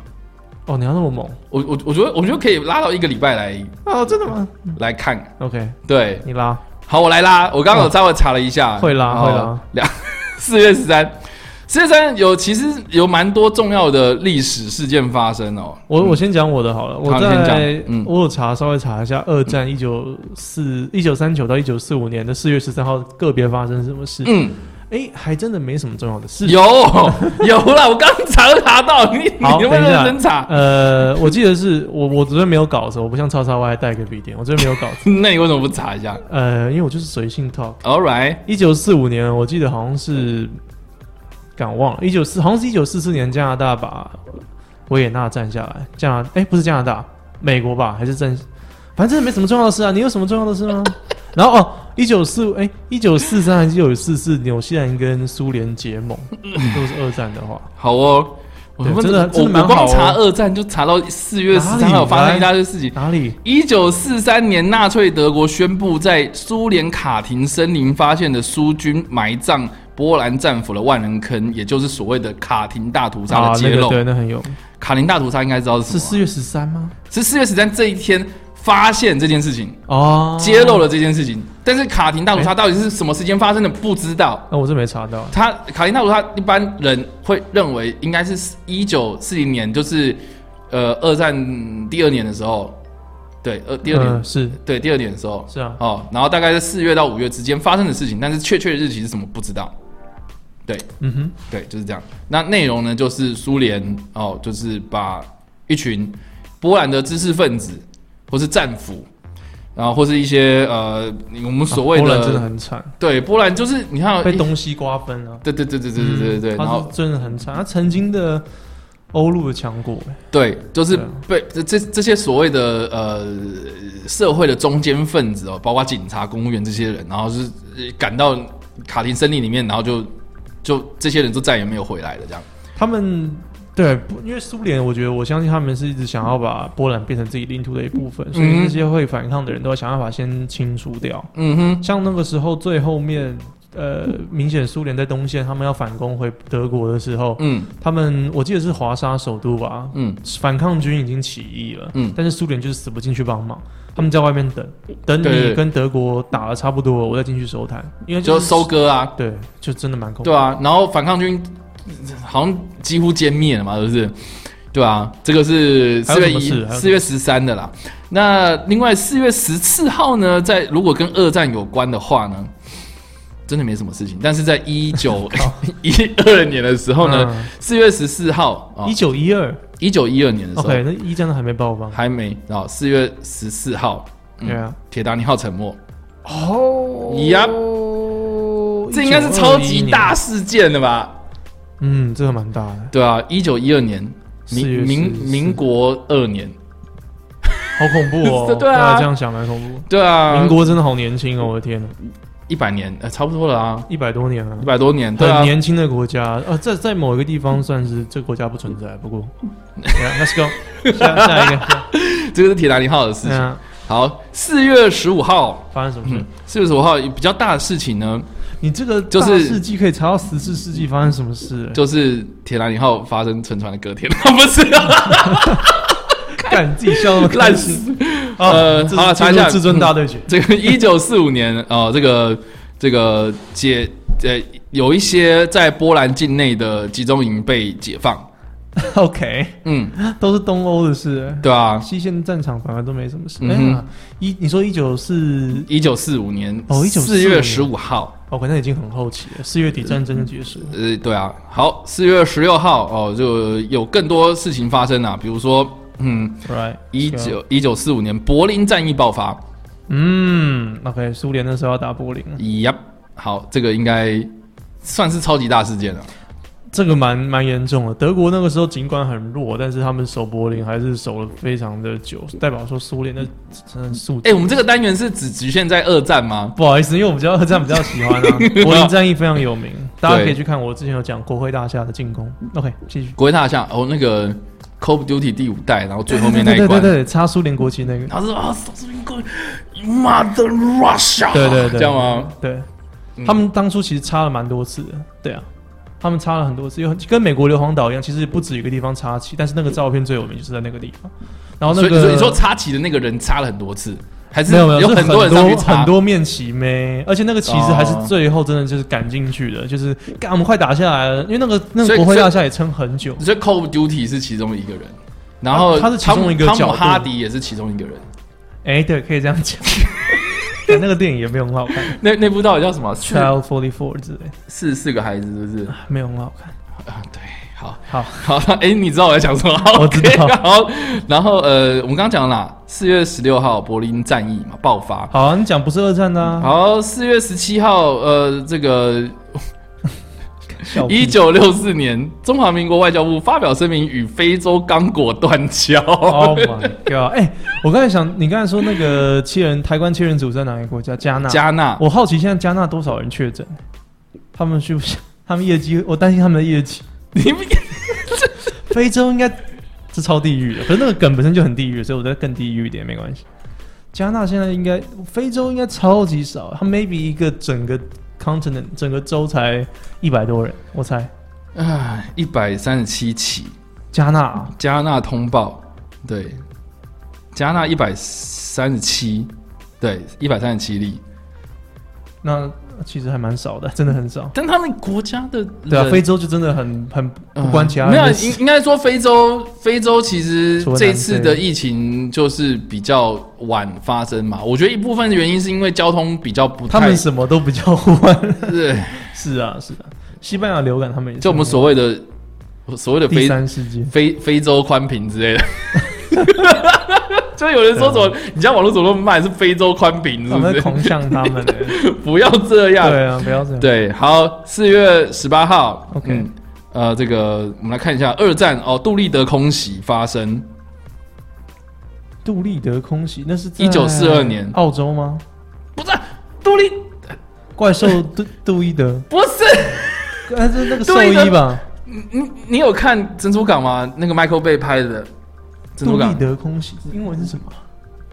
哦，你要那么猛
我我我觉得我觉得可以拉到一个礼拜来
哦，真的吗
来看。
？OK，
对，
你拉
好，我来拉。我刚刚有稍微查了一下，
会拉
哦
会拉。
两 四月十三，四月十三有其实有蛮多重要的历史事件发生哦。
我，我先讲我的好了。我
好你先
在
讲嗯
我有查，稍微查一下二战一九四一九三九到一九四五年的四月十三号个别发生什么事。
嗯，
哎，还真的没什么重要的事。
有 有啦，我刚查都查到，你你
好，
有没
等
有
一下
认真查？
呃，我记得是我我昨天没有稿子，我不像叉叉 Y 带个笔电，我昨天没有稿子。
那你为什么不查一下
呃，因为我就是随性 talk。
？All right，
一九四五年，我记得好像是，敢忘了，一九四好像是一九四四年加拿大把维也纳占下来，加拿哎、不是加拿大，美国吧还是占，反正真的没什么重要的事啊。你有什么重要的事吗？ 然后哦，一九四哎一九四三还是一九四四，纽西兰跟苏联结盟，都是二战的话，
好哦。我
对
我
真的
我
真的蛮
我光
好哦
查二战就查到四月十
哪
三
里
号发生
来
一大堆事情。
哪里？
一九四三年，纳粹德国宣布在苏联卡廷森林发现的苏军埋葬波兰战俘的万人坑，也就是所谓的卡廷大屠杀
啊
的，揭
那个
露。
对，那很有，
卡廷大屠杀应该知道是
是
什么
四
啊、
月十三吗？
是四月十三这一天发现这件事情，
哦，
揭露了这件事情。但是卡廷大屠杀到底是什么时间发生的，不知道。
那、我是没查到。
他卡廷大屠杀，一般人会认为应该是一九四零年，就是呃二战第二年的时候，对，呃第二年、
呃是
对，第二点的时候
是啊
哦，然后大概在四月到五月之间发生的事情，但是确切的日期是什么不知道。对
嗯哼，
对，就是这样。那内容呢，就是苏联哦，就是把一群波兰的知识分子或是战俘，然后或是一些呃我们所谓
啊波
的,、
兰真的很惨，
对波兰，就是你看
被
一
东西瓜分了、啊。
对对对对对对对对，
嗯
然
他
后
是真的很惨，他曾经的欧陆的强国、欸
对，就是
对啊
被这这这些所谓的呃社会的中间分子哦，包括警察、公务员这些人，然后是呃赶到卡廷森林里面，然后就就这些人就再也没有回来了，这样。
他们对，不因为苏联，我觉得我相信他们是一直想要把波兰变成自己领土的一部分，所以
嗯
这些会反抗的人都要想办法先清除掉。
嗯哼，
像那个时候最后面，呃，明显苏联在东线，他们要反攻回德国的时候，
嗯
他们我记得是华沙首都吧，
嗯
反抗军已经起义了，
嗯
但是苏联就是死不进去帮忙，他们在外面等，等
对
你跟德国打的差不多了，我再进去收摊，因为
就是收，割啊，
对，就真的蛮恐怖，
对，啊，然后反抗军呃好像几乎歼灭了嘛，是不是？对啊，这个是
还
四
有
月
什么事
一、
还有什
四
么
月十三的啦。那另外四月十四号呢，在如果跟二战有关的话呢，真的没什么事情。但是在一 九 一二年的时候呢
嗯，
四、月十四号啊
一，九一二
一九一二年的时候
，OK，那一战都还没爆发，
还没啊，四、月十四号，
对啊，
铁达尼号沉没，
哦
Yup 这应该是超级大，事件了吧？
嗯，这个蛮大的，
对啊，一九一二年，
4月
民民
14
民国二年，
好恐怖哦
是， 对啊
这样想蛮恐怖。
对啊，
民国真的好年轻哦，我的天哪，
一百年，呃，差不多了啊，
一百多年了
一。百多年，对啊
很，年轻的国家，呃，在在某一个地方算是这个国家不存在，不过 Yeah,，Let's go，下 下 一个，
这个是铁达尼号的事情。
嗯，
好，四月十五号，
发生什么事
嗯？，四月十五号比较大的事情呢，
你这个
就是
大事迹可以查到十四世纪发生什么事？
就是铁达尼号发生沉船的隔天， 不是啊
干自己笑那么
烂
开心
死。
啊
呃
这
好了
这
查一下
就是至尊大 对决。
这个一九四五年哦，这个这个解呃，有一些在波兰境内的集中营被解放，
OK，
嗯，
都是东欧的事，
对啊，
西线战场反而都没什么事。哎
嗯哼
呀，一你说一九四
一九四五年
哦1945
四月十五号。
，OK，那已经很后期了，四月底战争就结束了。
呃，对啊，好，四月十六号哦，就有更多事情发生啊，比如说，嗯，
Right，
一
啊
九一九四五年柏林战役爆发，
嗯，OK，苏联那时候要打柏林，
呀、好，这个应该算是超级大事件了。啊
这个蛮蛮严重的。德国那个时候尽管很弱，但是他们守柏林还是守了非常的久，代表说苏联的真的素质。
哎、我们这个单元是只局限在二战吗？
不好意思，因为我比较二战比较喜 欢啊，柏林战役非常有名，大家可以去看我之前有讲国会大厦的进攻。OK，继续。
国会大厦哦，那个 Call of Duty 第五代，然后最后面那一
对对
关，
对对，插苏联国旗那个，
他说啊，手指英国，Mother Russia，
对对对，
这样吗？？
对
嗯，
他们当初其实插了蛮多次的，对啊，他们插了很多次，有跟美国硫磺岛一样，其实不止一个地方插旗，但是那个照片最有名就是在那个地方。然后那
所以
个
所以你说插旗的那个人插了很多次，还是
没有没有，是
很多人上去
多
插？
很多面旗咩，而且那个旗子还是
哦
最后真的就是赶进去的，就是干我们快打下来了，因为那个那
所
个
以
国会
所以
大厦也撑很久。
所以 Call of Duty 是其中一个人，然后
他他是其中一个
汤姆
角
汤
度
姆哈迪也是其中一个人。
哎、对，可以这样 讲。哎那个电影也没有很好看
那那部到底叫什么？四
，Child Forty Four 之类的，
四四个孩子是不是？
没有很好看。
啊，对，好。
好，
好， 哎、你知道我在想什么？好
我知 道
OK，好，然后呃，我们刚刚讲了啦，四月十六号柏林战役嘛爆发，
好、啊，你讲不是二战的、啊，
好，四月十七号，呃，这个
笑屁
一九六四年，中华民国外交部发表声明与非洲刚果断交。
Oh my god！哎、我刚才想，你刚才说那个七人台湾七人组在哪个国家？加 纳。
加纳，
我好奇现在加纳多少人确诊？他们是不是？他们业绩？我担心他们的业绩。
你们
非洲应该是超地狱的，可是那个梗本身就很地狱，所以我觉得更地狱一点没关系。加纳现在应该非洲应该超级少，它 maybe 一个整个 continent 整个州才一百多人，我猜。
啊，一百三十七起，
加纳啊
加纳通报，对，加纳一百三十七，对，一百三十七例，
那其实还蛮少的，真的很少。
但他们国家的
对啊，
人
非洲就真的很很不
嗯
关其他
没
人
有
的
应
事。
应该说非洲非洲其实
除了南
这次的疫情就是比较晚发生嘛，我觉得一部分的原因是因为交通比较不太
他们什么都比较忽略。
对，
是啊，是啊，西班牙流感他们也是
就我们所谓的所谓的
第
非
三世界，
非非洲宽屏之类的。 就有人说什么，你家网络怎么那么慢？是非洲宽屏是
我
不
们在
是？
狂向啊他们欸。
不要这样。
对啊，不要这样。
对，好，四月十八号
OK
嗯呃，这个我们来看一下二战哦，杜立德空袭发生，
杜立德空袭，那是在
1942年
澳洲吗？
不是杜立，
怪兽 杜杜立德，
不是
那是那个
杜
兽
立德
医吧？
你，你有看珍珠港吗？那个 Michael 被拍的珍珠
杜立
港，
德空袭，英文是什么？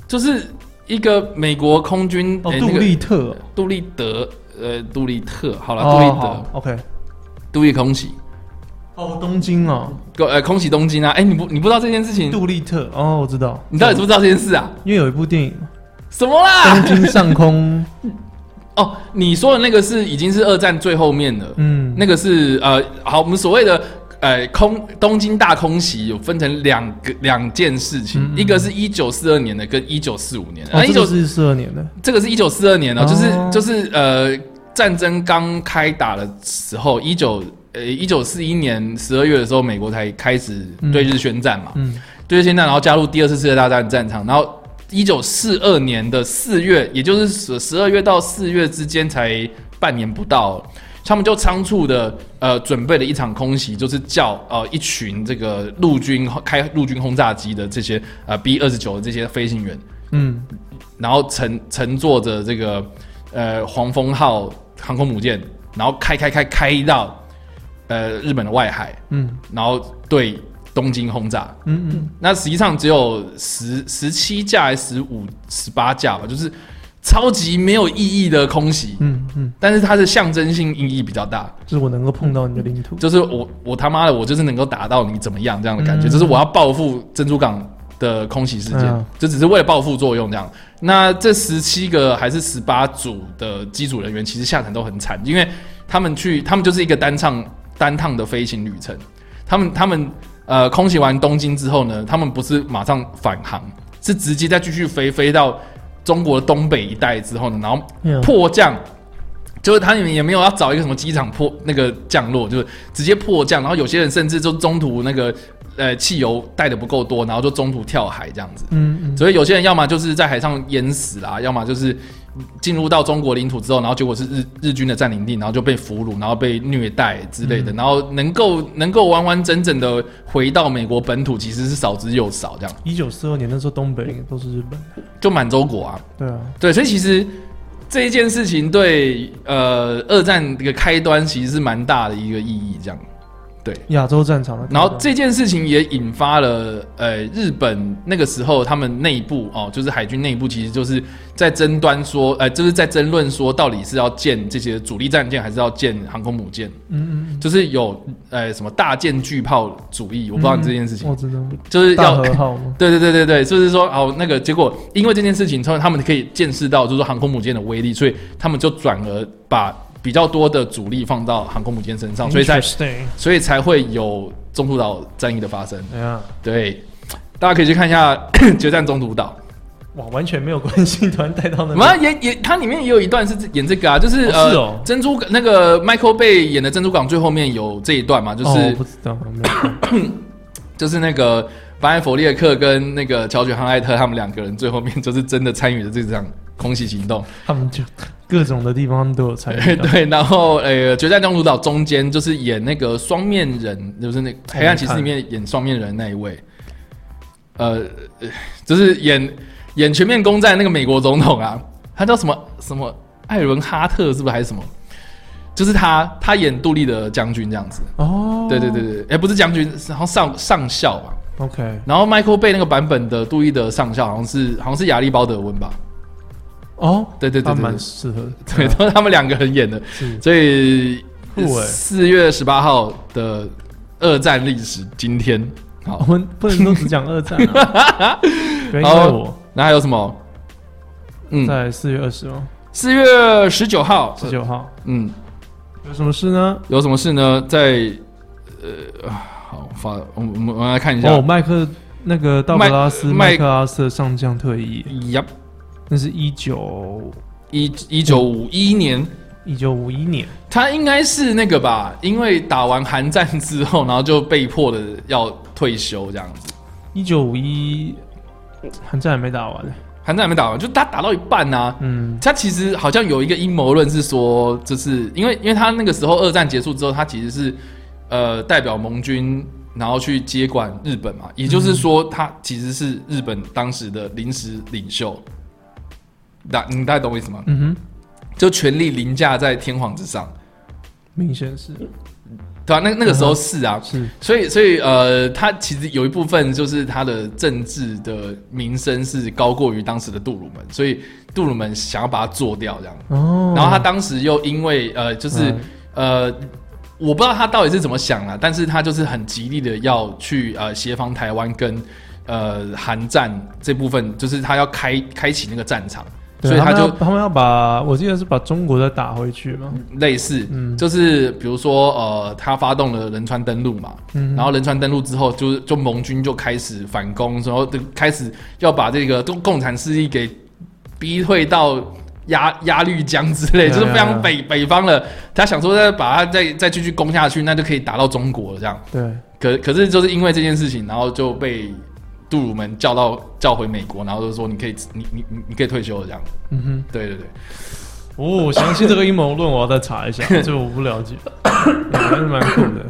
就是一个美国空军
哦
诶，
杜
哎那个
立特哦。
杜立德，呃，杜立特，好了，杜立
哦
德
好，OK。
杜立空袭，
哦，东京哦，
go- 呃，空袭东京啊！哎、你不你不知道这件事情，
杜立特哦，我知道，
嗯你到底知不知道这件事啊？
因为有一部电影
什么
《东
啦？
京上空》，
哦，你说的那个是已经是二战最后面了，
嗯，
那个是呃，好，我们所谓的呃空东京大空袭有分成两个两件事情，一个是一九四二年的，跟一九四五年的。
嗯哦，
啊一
这
九
个是四二年的，
这个是一九四二年哦，
哦
就是就是呃，战争刚开打的时候，一九呃一九四一年十二月的时候，美国才开始对日宣战嘛，
嗯
对日宣战，然后加入第二次世界大战的战场，然后一九四二年的四月，也就是十十二月到四月之间才半年不到。他们就仓促的呃准备了一场空袭，就是叫呃一群这个陆军开陆军轰炸机的这些呃 B 二十九的这些飞行员，
嗯，
然后乘乘坐着这个呃黄蜂号航空母舰，然后开开开开到呃日本的外海，
嗯，
然后对东京轰炸。
嗯嗯，
那实际上只有十十七架还是十五十八架吧，就是超级没有意义的空袭，
嗯嗯，
但是它的象征性意义比较大。
就是我能够碰到你的领土，
就是我我他妈的我就是能够打到你怎么样这样的感觉，
嗯
就是我要报复珍珠港的空袭事件，
嗯
就只是为了报复作用这样。那这十七个还是十八组的机组人员，其实下场都很惨，因为他们去他们就是一个单趟单趟的飞行旅程，他们他们呃空袭完东京之后呢，他们不是马上返航，是直接再继续飞飞到中国东北一带之后呢，然后
嗯
迫降，就是他们也没有要找一个什么机场迫那个降落，就是直接迫降，然后有些人甚至就中途那个呃汽油带的不够多，然后就中途跳海这样子。
嗯嗯，
所以有些人要么就是在海上淹死啦，要么就是进入到中国领土之后，然后结果是日日军的占领地，然后就被俘虏，然后被虐待之类的，然后能够能够完完整整的回到美国本土，其实是少之又少，这样
一九四二年那时候东北都是日本，
就满洲国啊，
对啊，
对，所以其实这一件事情对呃二战这个开端其实是蛮大的一个意义，这样。
亚洲战场的开端，
然后这件事情也引发了呃日本那个时候他们内部哦，就是海军内部其实就是在争端说，呃，就是在争论说到底是要建这些主力战舰还是要建航空母舰，
嗯嗯
就是有呃什么大舰巨炮主义，我不知道你这件事
嗯，
情，
我知道，
就是
大
要
和号吗？
对对对对对，就是说哦，那个结果因为这件事情，他们他们可以见识到就是航空母舰的威力，所以他们就转而把比较多的主力放到航空母舰身
嗯
上， 所以才
Interesting
所以才会有中途岛战役的发生。
哎呀，
对，大家可以去看一下 决战中途岛，
哇，完全没有关系，突然带到那
我
边，
也也它里面也有一段是演这个啊，就是、
哦是哦
呃珍珠那个 Michael Bay 演的珍珠港最后面有这一段嘛，就是、
哦我不知道，没有看
就是那个班艾弗列克跟那个乔治汉艾特他们两个人最后面就是真的参与了这场空袭行动。
他们就各种的地方都有参与到，
对，然后呃，《决战中途岛》中间就是演那个双面人，就是那《
哎
黑暗骑士》里面演双面人那一位，呃， 呃就是演演全面攻占那个美国总统啊，他叫什么什么艾伦哈特是不是还是什么？就是他，他演杜立的将军这样子。
哦，
对对对对，哎、不是将军，然后上上校吧。
，OK，
然后 Michael Bay 那个版本的杜立的上校好像是好像是亚历鲍德温吧？
哦，
对对对
他
对
蛮啊
对
适合的，
对，都是他们两个人演的。
是
所以
酷欸
四月十八号的二战历史，今天
我
好，
们不能都只讲二战、啊， 不要因为我
那还有什么？嗯，
在四月二十号、
四月十九号，
十九号
嗯，
有什么事呢？
有什么事呢？在呃，好，发，我们我们我们来看一下
哦，。麦克那个道格拉斯
麦
麦克阿瑟上将退役，
呀，
那是一九
一一九五一年，
一九五一年，
他应该是那个吧，因为打完韩战之后，然后就被迫的要退休这样子。
一九五一韩战还没打完呢。
韩战还没打完，就他打到一半啊，
嗯，
他其实好像有一个阴谋论是说，就是因为因为他那个时候二战结束之后，他其实是呃代表盟军，然后去接管日本嘛，也就是说他其实是日本当时的临时领袖。大你大概懂我意思吗？
嗯哼，
就权力凌驾在天皇之上，
明显是
对吧、那那个时候是啊，
是
所以所以呃，他其实有一部分就是他的政治的名声是高过于当时的杜鲁门，所以杜鲁门想要把他做掉这样。
哦，嗯
然后他当时又因为呃，就是、呃，我不知道他到底是怎么想啦，但是他就是很极力的要去呃协防台湾跟呃韩战这部分，就是他要开开启那个战场，
对
所以
他
他
们要
就
他们要把，我记得是把中国的打回去嘛，
类似，就是比如说呃，他发动了仁川登陆嘛，然后仁川登陆之后，就是就盟军就开始反攻，然后就开始要把这个共共产势力给逼退到。鸭鸭绿江之类，
对
就
啊
是非
对
常
啊
北北方了。他想说再把它再再继续攻下去，那就可以打到中国了。这样，
对，
可可是就是因为这件事情，然后就被杜鲁门叫到叫回美国，然后就说你可以你你你你可以退休了这样。
嗯哼。
对对对，
哦，详细这个阴谋论我要再查 一下，这个我不了解，也还是蛮酷 的。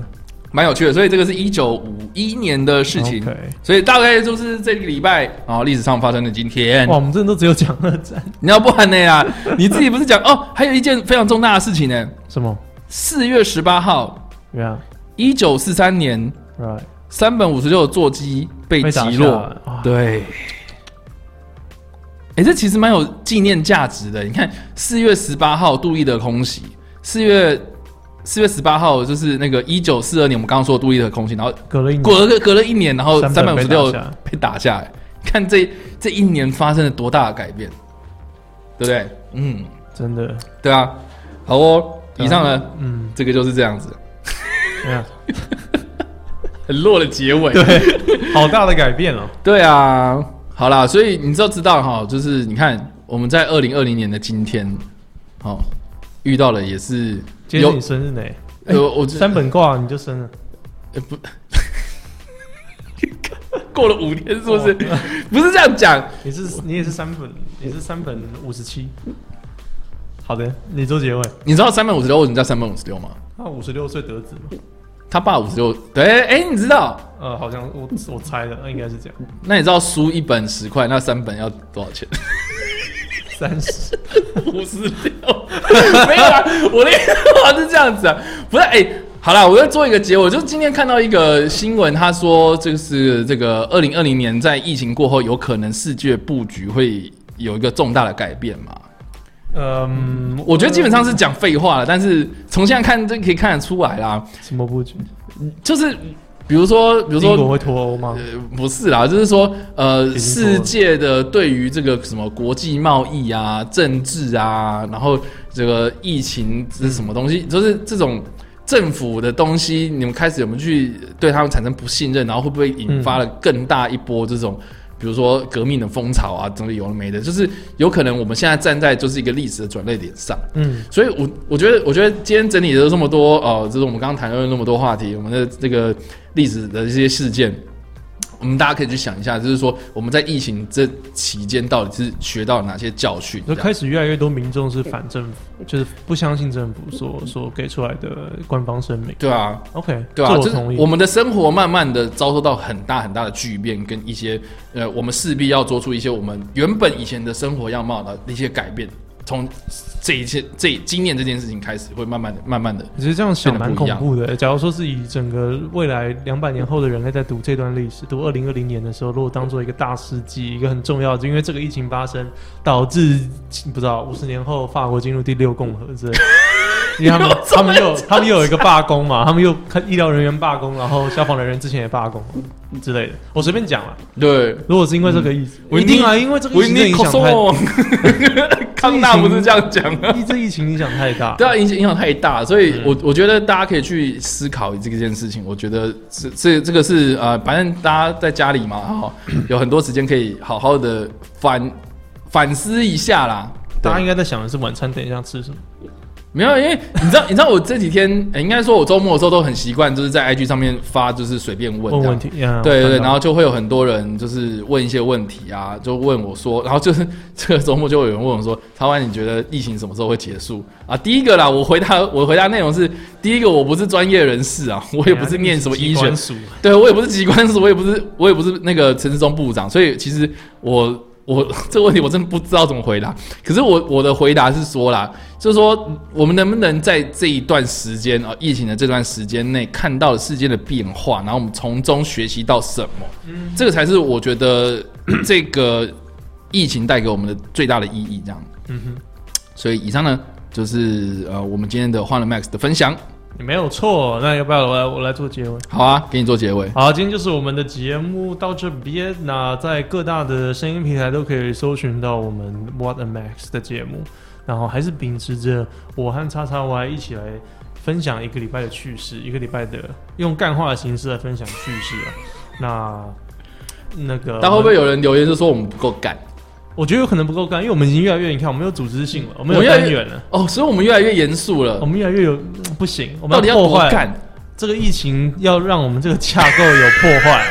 蛮有趣的。所以这个是一九五一年的事情
OK
所以大概就是这个礼拜啊，历史上发生的今天
哇，。我们真的都只有讲二战，
你要不然呢呀？你自己不是讲哦？还有一件非常重大的事情呢，
什么
四月十八号，
？Yeah，right，
一九四三年，三本五十六的座机被
被打
击
下
落
来。哇
对。哎、这其实蛮有纪念价值的。你看，四月十八号杜立德空袭，四月四月十八号就是那个一九四二年我们刚刚说的杜立德空袭，然后
隔了一年，
隔了隔了一年，然后
三
三百
本
五
被
十
打
六
下来
被打下来，看这这一年发生了多大的改变，对不对？嗯，
真的，
对啊。好哦，以上呢，
嗯，
这个就是这样子，
对啊，
很弱的结尾。
对，好大的改变哦。
对啊，好啦，所以你就知道哈，就是你看我们在二零二零年的今天，哦，遇到了也是
今天是
有
你生日呢，哎
有我
三本挂你就生了，
呃不。 过了五天是不是？
哦
不是这样讲，
你是你也是三本，你是三本五十七。好的，你做结尾。
你知道三百五十六为什么叫三百五十六吗？
他五十六岁得子嘛？
他爸五十六，对，哎、你知道？
呃，好像我我猜的，呃那应该是这样，
那你知道书一本十块，那三本要多少钱？
三十。
五十六，没有啦，我的意思是这样子啊，不是哎、好啦，我要做一个结尾，我就今天看到一个新闻，他说就是这个二零二零年在疫情过后，有可能世界布局会有一个重大的改变嘛。
嗯，
我觉得基本上是讲废话了，但是从现在看，这可以看得出来啦，
什么布局？
就是比如说，比如说
英国会脱欧吗？
呃，不是啦，就是说，呃，
已经说了
世界的对于这个什么国际贸易啊、政治啊，然后这个疫情这是什么东西，就是这种政府的东西，你们开始有没有去对他们产生不信任，然后会不会引发了更大一波这种？比如说革命的风潮啊，整个有的没的，就是有可能我们现在站在就是一个历史的转捩点上，
嗯，
所以我，我觉得，我觉得今天整理的这么多，哦、就是我们刚刚谈论了那么多话题，我们的这个历史的这些事件，我们大家可以去想一下，就是说我们在疫情这期间到底是学到哪些教训？
就
这样
开始越来越多民众是反政府，就是不相信政府所所给出来的官方声明。
对啊，
OK，
对
这
啊，
我
就是
同意。
我们的生活慢慢的遭受到很大很大的巨变，跟一些呃，我们势必要做出一些我们原本以前的生活样貌的一些改变。从这一切这今年这件事情开始，会慢慢的、慢慢的
其实这样想蛮
变得不
恐
一样
怖的、欸假如说是以整个未来两百年后的人类在读这段历史，读二零二零年的时候，如果当做一个大事记，一个很重要的，因为这个疫情发生导致不知道五十年后法国进入第六共和之类的。因为 他们他们又他们又有一个罢工嘛，他们又看医疗人员罢工，然后消防人员之前也罢工之类的。我随便讲了，
对。
如果是因为这个疫情，
嗯
一定啊，因为这个疫情的影响太，
康纳不是这样讲啊的。
疫 这疫情影响太大。
对啊，影响影响太大，所
嗯
以我我觉得大家可以去思考这件事情。我觉得这这这个是呃，反正大家在家里嘛，哈、 有很多时间可以好好的反反思一下啦。
大家
对
应该在想的是晚餐等一下吃什么。
没有，因为你知道，你知道我这几天，呃应该说我周末的时候都很习惯，就是在 IG 上面发，就是随便问这
问
样
问题，呀
对对对，
啊看到
然后就会有很多人就是问一些问题啊，就问我说，然后就是 这个周末就有人问我说，台湾你觉得疫情什么时候会结束啊？第一个啦，我回答我回答内容是，第一个我不是专业人士啊， 我也不是念什么医学，对我也不是机关署，我也不是我也不是那个陈世忠部长，所以其实我我 这个问题我真的不知道怎么回答。可是我我的回答是说啦，就是说我们能不能在这一段时间啊、呃疫情的这段时间内看到世界的变化，然后我们从中学习到什么？这个才是我觉得这个疫情带给我们的最大的意义。这样，嗯哼。所以以上呢就是呃我们今天的换了 Max 的分享。
你没有错。那要不要我来我来做结尾？
好啊，给你做结尾。
好，今天就是我们的节目到这边。那在各大的声音平台都可以搜寻到我们 What a Max 的节目。然后还是秉持着我和叉叉 Y 一起来分享一个礼拜的趣事，一个礼拜的用干话的形式来分享趣事啊。那那个，
但会不会有人留言就说我们不够干？
我觉得有可能不够干，因为我们已经越来越，你看，我们有组织性了，我们
我们
有
越来
单
越
元了，
哦，所以我们越来越严肃
我
了。
们越来越有嗯不行，我
到
们
底要
破
多
坏
干？
这个疫情要让我们这个架构有破坏，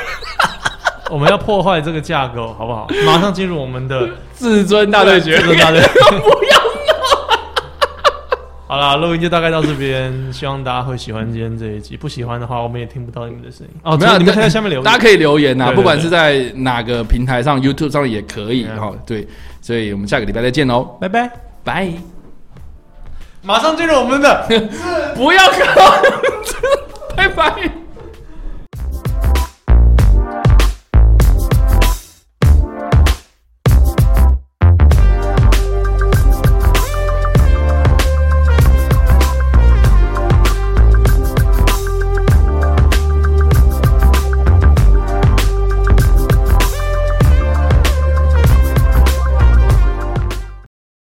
我们要破坏这个架构，好 不好？马上进入我们的
至尊大对决，
这个 大队
不要
好啦，录音就大概到这边，希望大家会喜欢今天这一集。不喜欢的话，我们也听不到你们的声音哦。
没
没
有
有，
啊
你们可
大
以在下面留言。
大家可以留言呐、啊
对对啊
不管是在哪个平台上，YouTube 上也可以哈、哦。对，所以我们下个礼拜再见喽，
拜拜，
拜！
马上进入我们的。
不要搞，拜拜。